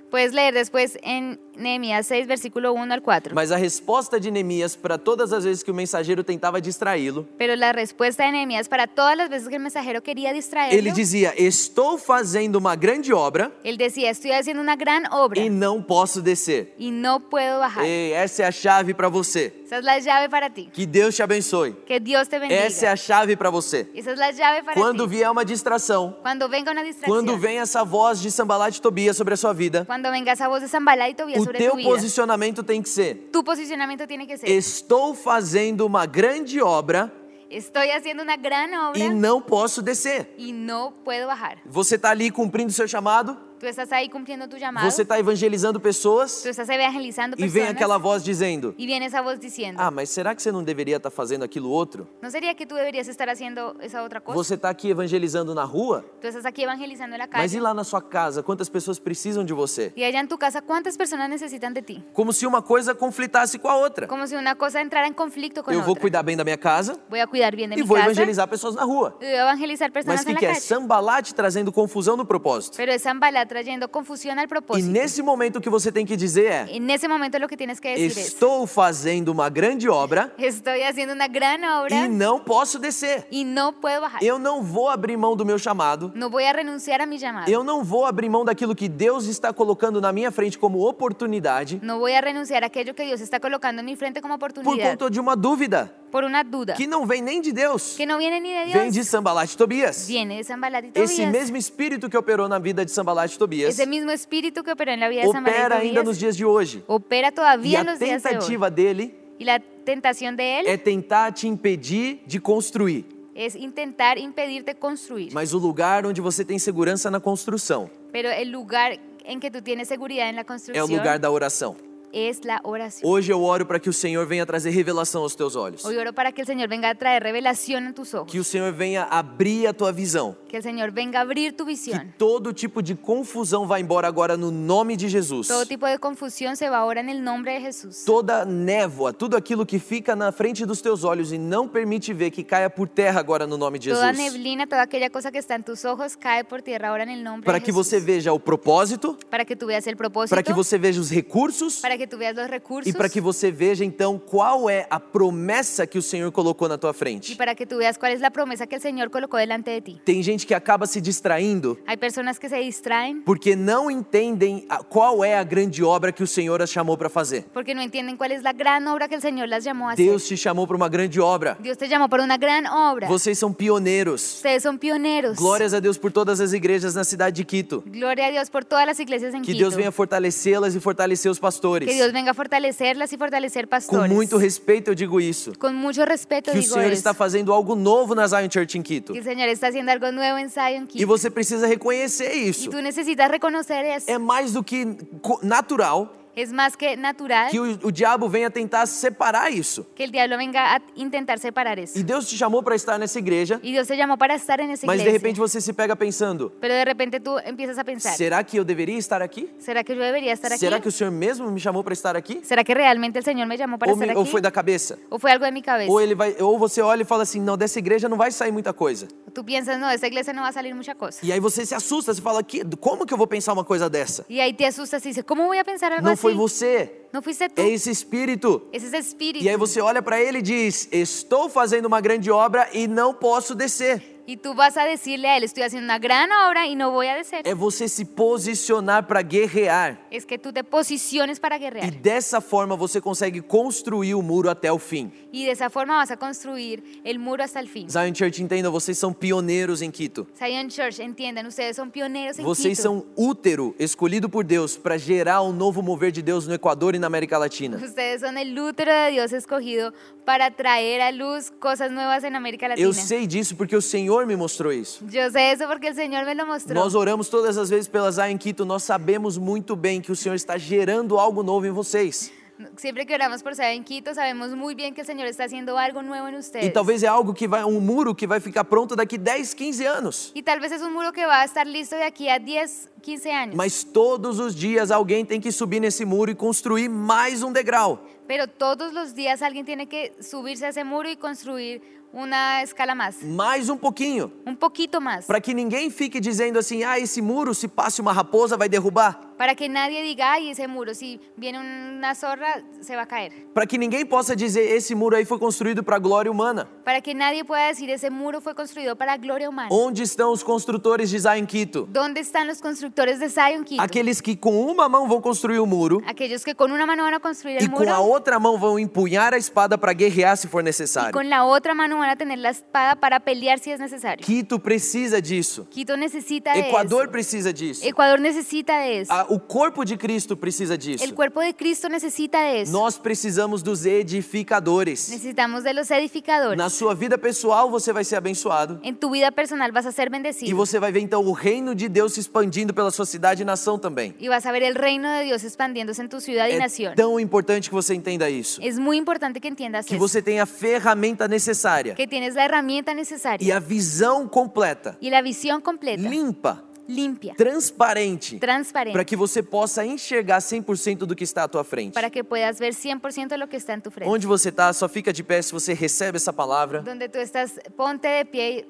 C: puedes leer después en Nehemías 6, versículo 1 al 4.
B: Mas a resposta de Neemias para todas as vezes que o mensageiro tentava distraí-lo,
C: Pero la respuesta de Nehemías para todas las veces que el mensajero quería
B: ele
C: distraerlo,
B: dizia: Estou fazendo uma grande obra
C: él decía, estoy haciendo una gran obra
B: e não posso descer.
C: y no puedo bajar.
B: Ei, essa é a chave para você.
C: Esa es la llave para ti.
B: Que Deus te abençoe.
C: Que Dios te bendiga.
B: Essa é a chave para você.
C: Esa es la llave para
B: Quando
C: ti.
B: vier uma distração,
C: Cuando venga una distracción,
B: quando vem essa voz de Sambalá de Tobias sobre a sua vida,
C: cuando venga esa voz de Zambalá y Tobías
B: o
C: sobre
B: teu
C: tu vida,
B: posicionamento tem que ser:
C: tu posicionamiento tiene que ser,
B: Estou fazendo uma grande obra
C: estoy haciendo una gran obra
B: e não posso descer.
C: y no puedo bajar.
B: Você está ali cumprindo o seu chamado,
C: Tú estás ahí cumpliendo tu llamado.
B: Você está evangelizando pessoas
C: Tú estás evangelizando
B: e
C: personas.
B: vem aquela voz dizendo:
C: y viene esa voz diciendo,
B: Ah, mas será que você não deveria estar fazendo aquilo outro?
C: ¿no sería que tú deberías estar haciendo esa otra cosa?
B: Você está aqui evangelizando na rua,
C: Tú estás aquí evangelizando en la
B: mas
C: calle.
B: e lá na sua casa? Quantas pessoas precisam de você?
C: Y allá en tu casa, ¿cuántas personas necesitan de ti?
B: Como se uma coisa conflitasse com a outra.
C: Como si una cosa entrara en conflicto con
B: Eu vou
C: otra.
B: cuidar bem da minha casa
C: Voy a cuidar bien de
B: e
C: mi
B: vou
C: casa.
B: evangelizar pessoas na rua.
C: Y voy a evangelizar personas
B: Mas o que,
C: en la
B: que é?
C: calle.
B: Sambalate trazendo confusão no propósito.
C: Pero esa embala trayendo confusión al
B: E
C: propósito.
B: nesse momento o que você tem que dizer é:
C: En ese momento lo que tienes que decir es,
B: Estou fazendo uma grande obra
C: estoy haciendo una gran
B: e
C: obra
B: não posso descer.
C: y no puedo bajar.
B: Eu não vou abrir mão do meu chamado.
C: No voy a renunciar a mi llamado.
B: Eu não vou abrir mão daquilo que Deus está colocando na minha frente como oportunidade
C: No voy a renunciar a aquello que Dios está colocando en mi frente como
B: por
C: oportunidad
B: conta de uma dúvida
C: por una duda
B: que não vem nem de Deus,
C: que no viene ni de
B: vem de
C: Dios.
B: Sambalat e Tobias.
C: Viene de Zambalat y
B: Esse
C: Tobías.
B: mesmo espírito que operou na vida de Sambalat e Tobias
C: Ese mismo espíritu que operó en la vida de Zambalat
B: opera
C: y
B: ainda nos
C: Tobías
B: dias de hoje.
C: opera
B: E
C: todavía en
B: a
C: los días de hoy.
B: tentativa dele
C: Y la tentación de él
B: é tentar te impedir de construir.
C: es intentar impedirte construir.
B: Mas o lugar onde você tem segurança na construção
C: Pero el lugar en que tú tienes seguridad en la
B: é o lugar
C: construcción
B: da oração.
C: es la oración.
B: Hoje eu oro para que o Senhor venha trazer revelação aos teus olhos.
C: Hoy oro para que el Señor venga a traer revelación en tus
B: Que
C: ojos.
B: o Senhor venha abrir a tua visão.
C: Que el Señor venga a abrir tu
B: Que
C: visión.
B: todo tipo de confusão vá embora agora no nome de Jesus.
C: Todo tipo de confusión se va ahora en el nombre de Jesús.
B: Toda névoa, tudo aquilo que fica na frente dos teus olhos e não permite ver, que caia por terra agora no nome de
C: Toda
B: Jesus.
C: neblina, toda aquella cosa que está en tus ojos cae por tierra ahora en el nombre
B: Para
C: de
B: que
C: Jesús.
B: você veja o propósito,
C: para que tú veas el propósito,
B: para que você veja os recursos
C: para que tú veas los recursos
B: e para que você veja então qual é a promessa que o Senhor colocou na tua
C: y
B: frente.
C: para que tú veas cuál es la promesa que el Señor colocó delante de ti.
B: Tem gente que acaba se distraindo
C: Hay personas que se distraen
B: porque não entendem a- qual é a grande obra que o Senhor as chamou para fazer.
C: porque no entienden cuál es la gran obra que el Señor las llamó a
B: Deus te
C: hacer.
B: chamou para uma grande obra.
C: Dios te llamó para una gran obra.
B: Vocês são pioneiros.
C: Ustedes son pioneros.
B: Glórias a Deus por todas as igrejas na cidade de Quito.
C: Gloria a Dios por todas las iglesias en
B: Que
C: Quito.
B: Deus venha fortalecê-las e fortalecer os pastores.
C: que Dios venga a fortalecerlas y fortalecer
B: Com
C: pastores.
B: muito respeito eu digo isso.
C: Con mucho respeto
B: Que o
C: digo
B: Senhor
C: eso.
B: está fazendo algo novo na Zion Church em Quito.
C: que el Señor está haciendo algo nuevo en Zion
B: E
C: Quito.
B: você precisa reconhecer
C: Y
B: isso.
C: tú necesitas reconocer eso.
B: É mais do que co- natural
C: Es más que natural
B: que o, o diabo venha tentar separar isso.
C: que el diablo venga a intentar separar eso.
B: E Deus te chamou para estar nessa igreja,
C: Y Dios te llamó para estar en esa
B: mas de
C: iglesia.
B: repente você se pega pensando:
C: pero de repente tú empiezas a pensar,
B: será que eu devería estar aqui?
C: ¿será que yo debería estar aquí?
B: Será que o Senhor mesmo me chamou para estar aqui?
C: ¿Será que realmente el Señor me llamó para
B: Ou,
C: estar
B: me-
C: aquí?
B: ou foi da cabeça?
C: ¿O fue algo de mi cabeza?
B: Ou, ele vai, ou você olha e fala assim: não, dessa igreja não vai sair muita coisa.
C: Tú piensas, no, de esta iglesia no va a salir mucha cosa.
B: E aí você se assusta, você fala: que, como que eu vou pensar uma coisa dessa?
C: Y ahí te asustas y dices, ¿cómo voy a pensar algo
B: Não foi
C: así?
B: você,
C: No fuiste tú.
B: é esse espírito.
C: Ese es el espíritu.
B: E aí você olha para ele e diz: estou fazendo uma grande obra e não posso descer.
C: Y tú vas a decirle a él, estoy haciendo una gran obra y no voy a decir.
B: É você se posicionar para guerrear.
C: Es que tú te posiciones para
B: E
C: guerrear.
B: dessa forma você consegue construir o muro até o fim.
C: Y de esa forma vas a construir el muro hasta el fin.
B: Zion Church, entenda, vocês são pioneiros em Quito.
C: Zion Church, entiendan, ustedes son pioneros en
B: Vocês
C: Quito.
B: são útero escolhido por Deus para gerar um novo mover de Deus no Equador e na América Latina.
C: Ustedes son el útero de Dios escogido para traer a luz cosas nuevas en América Latina.
B: Eu sei disso porque o Senhor me mostrou isso.
C: Yo sé eso porque el Señor me lo mostró.
B: Nós oramos todas as vezes pela Zion Quito, nós sabemos muito bem que o Senhor está gerando algo novo em vocês.
C: Siempre que oramos por Saben Quito, sabemos muy bien que el Señor está haciendo algo nuevo en ustedes.
B: E talvez é algo que vai, um muro que vai ficar pronto daqui 10, 15 anos.
C: Y tal vez es un muro que va a estar listo de aquí a 10, 15 años.
B: Mas todos os dias alguém tem que subir nesse muro e construir mais um degrau.
C: Pero todos los días alguien tiene que subirse a ese muro y construir una escala más,
B: Mais um pouquinho.
C: un poquito más,
B: Para que ninguém fique dizendo assim, ah, ese muro, se passe uma raposa, vai derrubar.
C: para que nadie diga, ay, ese muro, si viene una zorra, se va a caer.
B: Para que ninguém possa dizer, esse muro aí foi construído para a glória humana.
C: Para que nadie pueda decir, ese muro fue construido para gloria humana.
B: Onde estão os construtores de Zion Quito?
C: ¿Dónde están los constructores de Zion Quito?
B: Aqueles que com uma mão vão construir o muro
C: Aquellos que con una mano van a construir
B: e
C: el
B: com a
C: muro
B: outra mão vão empunhar a espada para guerrear se for
C: y
B: necessário.
C: con la otra mano van van a tener la espada para pelear si es necesario.
B: Quito precisa disso.
C: Quito necesita de
B: Equador
C: eso.
B: precisa disso.
C: Ecuador necesita de eso.
B: Ah, O corpo de Cristo precisa disso.
C: El cuerpo de Cristo necesita de eso.
B: Nós precisamos dos edificadores.
C: Necesitamos de los edificadores.
B: Na sua vida pessoal você vai ser abençoado.
C: En tu vida personal vas a ser
B: E
C: bendecido.
B: você vai ver então o reino de Deus se expandindo pela sua cidade e nação também.
C: Y vas a ver el reino de Dios expandiéndose en tu ciudad y
B: É
C: nación.
B: tão importante que você entenda isso.
C: Es muy importante que entiendas
B: Que
C: eso,
B: você tenha a ferramenta necessária
C: que tienes la herramienta
B: e
C: necesaria
B: a visão completa,
C: y la visión completa,
B: limpa,
C: limpia,
B: transparente, para
C: transparente,
B: que você possa enxergar 100% do que está à tua frente.
C: para que puedas ver 100% lo que está en tu frente.
B: Onde você está, só fica de pé se você recebe essa palavra.
C: Donde tú estás, ponte de pie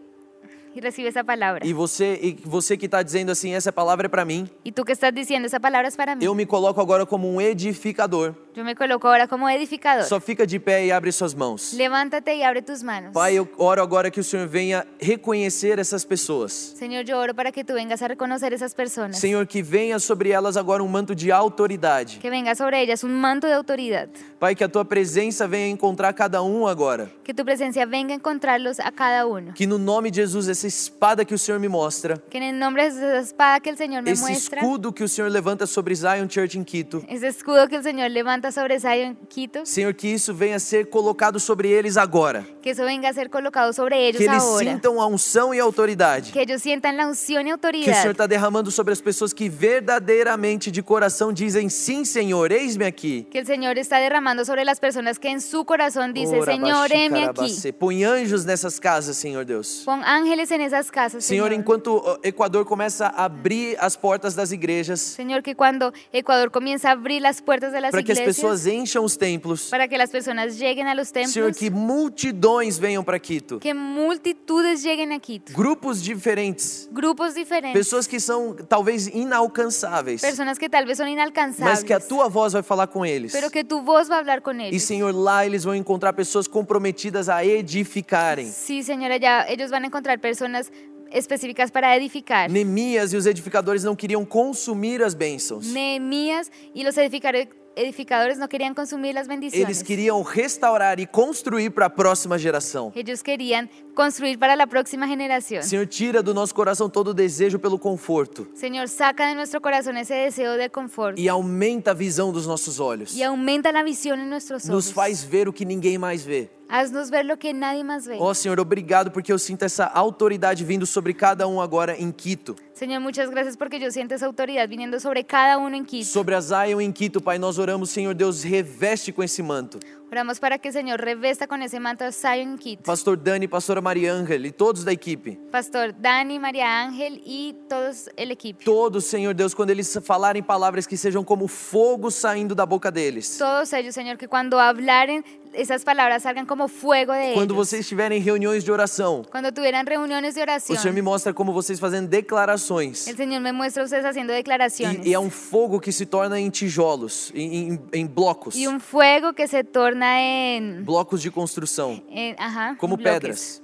C: y, y recibe esa palabra.
B: E você, e você que está dizendo assim, essa palavra é para mim,
C: Y tú que estás diciendo, esa palabra es para mí.
B: eu me coloco agora como um edificador.
C: Yo me coloco ahora como edificador.
B: Só fica de pé e abre suas mãos.
C: Levántate y abre tus manos.
B: Pai, eu oro agora que o Senhor venha reconhecer essas pessoas.
C: Señor, yo oro para que tú vengas a reconocer esas personas.
B: Senhor, que venha sobre elas agora um manto de autoridade.
C: Que venga sobre ellas un manto de autoridad.
B: Pai, que a tua presença venha encontrar cada um agora.
C: Que tu presencia venga a encontrarlos a cada uno.
B: Que no nome de Jesus, essa espada que o Senhor me mostra,
C: Que en el nombre de esa espada que el Señor me
B: esse
C: muestra,
B: escudo que o Senhor levanta sobre Zion Church em Quito,
C: ese escudo que el Señor levanta sobre Zion Quito,
B: Senhor, que isso venha ser colocado sobre eles agora.
C: que eso venga a ser colocado sobre ellos
B: Que eles
C: ahora.
B: sintam a unção e a autoridade.
C: que ellos sientan la unción y
B: Que o Senhor
C: autoridad.
B: está derramando sobre as pessoas que verdadeiramente de coração dizem: Sim, Senhor, eis-me aqui.
C: Que el Señor está derramando sobre las personas que en su corazón dice,
B: Ora,
C: Señor,
B: baixi,
C: heme aquí.
B: carabacê. Põe anjos nessas casas, Senhor Deus.
C: Pon ángeles en esas casas,
B: Senhor,
C: Señor.
B: enquanto o Equador começa a abrir as portas das igrejas,
C: Señor, que cuando Ecuador comienza a abrir las puertas de las
B: para que as
C: iglesias,
B: pessoas encham os templos,
C: para que las personas lleguen a los templos,
B: Senhor, que multidões venham para Quito,
C: que multitudes lleguen a Quito,
B: grupos diferentes,
C: grupos diferentes,
B: pessoas que são talvez inalcançáveis,
C: personas que tal vez son inalcanzables,
B: mas que a tua voz vai falar com eles.
C: pero que tu voz va a hablar con
B: E,
C: ellos.
B: Senhor, lá eles vão encontrar pessoas comprometidas a edificarem.
C: Sí, señora, ya ellos van a encontrar personas específicas para edificar.
B: Neemias e os edificadores não queriam consumir as bênçãos.
C: Nehemías y los edificar- edificadores no querían consumir
B: Eles
C: las bendiciones.
B: queriam restaurar e construir para a próxima geração.
C: Ellos querían construir para la próxima generación.
B: Senhor, tira do nosso coração todo o desejo pelo conforto
C: Señor, saca de nuestro corazón ese deseo de confort
B: e aumenta a visão dos nossos olhos.
C: y aumenta la visión en nuestros
B: Nos
C: ojos.
B: faz ver o que ninguém mais vê.
C: Haznos ver lo que nadie más ve.
B: Ó Senhor, obrigado porque eu sinto essa autoridade vindo sobre cada um agora em Quito.
C: Señor, muchas gracias porque yo siento esa autoridad viniendo sobre cada uno en Quito.
B: Sobre a Zion em Quito, Pai, nós oramos, Senhor Deus, reveste com esse manto.
C: Oramos para que el Señor revesta con ese manto a Zion en Quito.
B: Pastor Dani, pastora Mariângela e todos da equipe.
C: Pastor Dani, María Ángel y todos el equipo.
B: Todos, Senhor Deus, quando eles falarem palavras que sejam como fogo saindo da boca deles.
C: Todos ellos, Señor, que cuando hablaren, esas palabras salgan como fuego de
B: Quando
C: ellos.
B: vocês estiverem em reuniões de oração,
C: Cuando tuvieran reuniones de
B: o Senhor me
C: oración,
B: mostra como vocês fazendo declarações.
C: el Señor me muestra a ustedes haciendo declaraciones.
B: E, e é um fogo que se torna em tijolos, em, em- em blocos,
C: Y un fuego que se torna en...
B: blocos de construção,
C: en- ajá,
B: como
C: bloques.
B: pedras.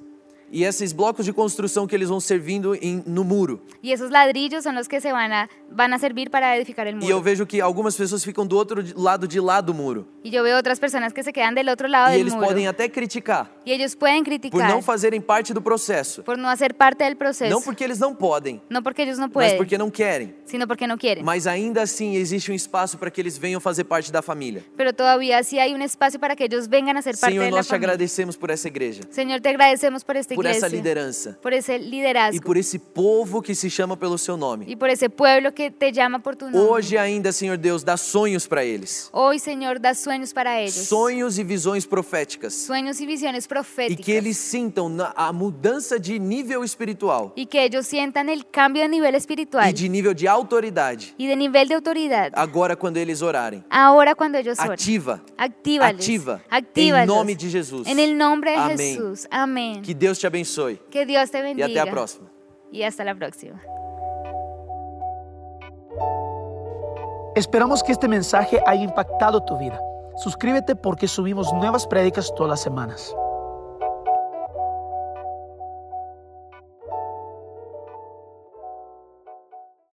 B: E esses blocos de construção que eles vão servindo em- no muro.
C: Y esos ladrillos son los que se van a, van a servir para edificar el
B: E eu
C: muro.
B: vejo que algumas pessoas ficam do outro de- lado de lá do muro.
C: Y yo veo otras personas que se quedan del otro lado
B: e
C: del
B: eles
C: muro.
B: podem até criticar
C: Y ellos pueden
B: por
C: criticar
B: não fazerem parte do processo.
C: por no hacer parte del proceso.
B: Não porque eles não podem,
C: No porque ellos no
B: mas pues,
C: pueden,
B: porque não querem.
C: sino porque no quieren.
B: Mas ainda assim existe um espaço para que eles venham fazer parte da família.
C: Pero todavía sí hay un espacio para que ellos vengan a ser parte
B: Senhor,
C: de la
B: nós te
C: familia.
B: agradecemos por essa igreja,
C: Señor, te agradecemos por esta
B: por
C: iglesia,
B: essa liderança
C: por esse
B: e
C: liderazgo
B: por esse povo que se chama pelo seu nome.
C: y por ese pueblo que te llama por tu nombre.
B: Hoje ainda, Senhor Deus, dá sonhos para eles.
C: Hoy, Señor, da sueños para ellos.
B: Sonhos e visões proféticas.
C: sueños y visiones
B: E
C: proféticas.
B: que eles sintam na- a mudança de nível espiritual
C: Y que ellos sientan el cambio de nivel espiritual
B: e de nível de autoridade
C: y de nivel de autoridad.
B: agora quando eles orarem.
C: Ahora cuando ellos oran.
B: Ativa.
C: Actívales.
B: Ativa.
C: Actívalos.
B: Em nome de Jesus.
C: En el nombre de
B: Amén.
C: Jesús. Amén.
B: Que Deus te abençoe.
C: Que Dios te
B: E
C: bendiga.
B: até a próxima.
C: Y hasta la próxima.
A: Esperamos que este mensaje haya impactado tu vida. Suscríbete porque subimos nuevas prédicas todas las semanas.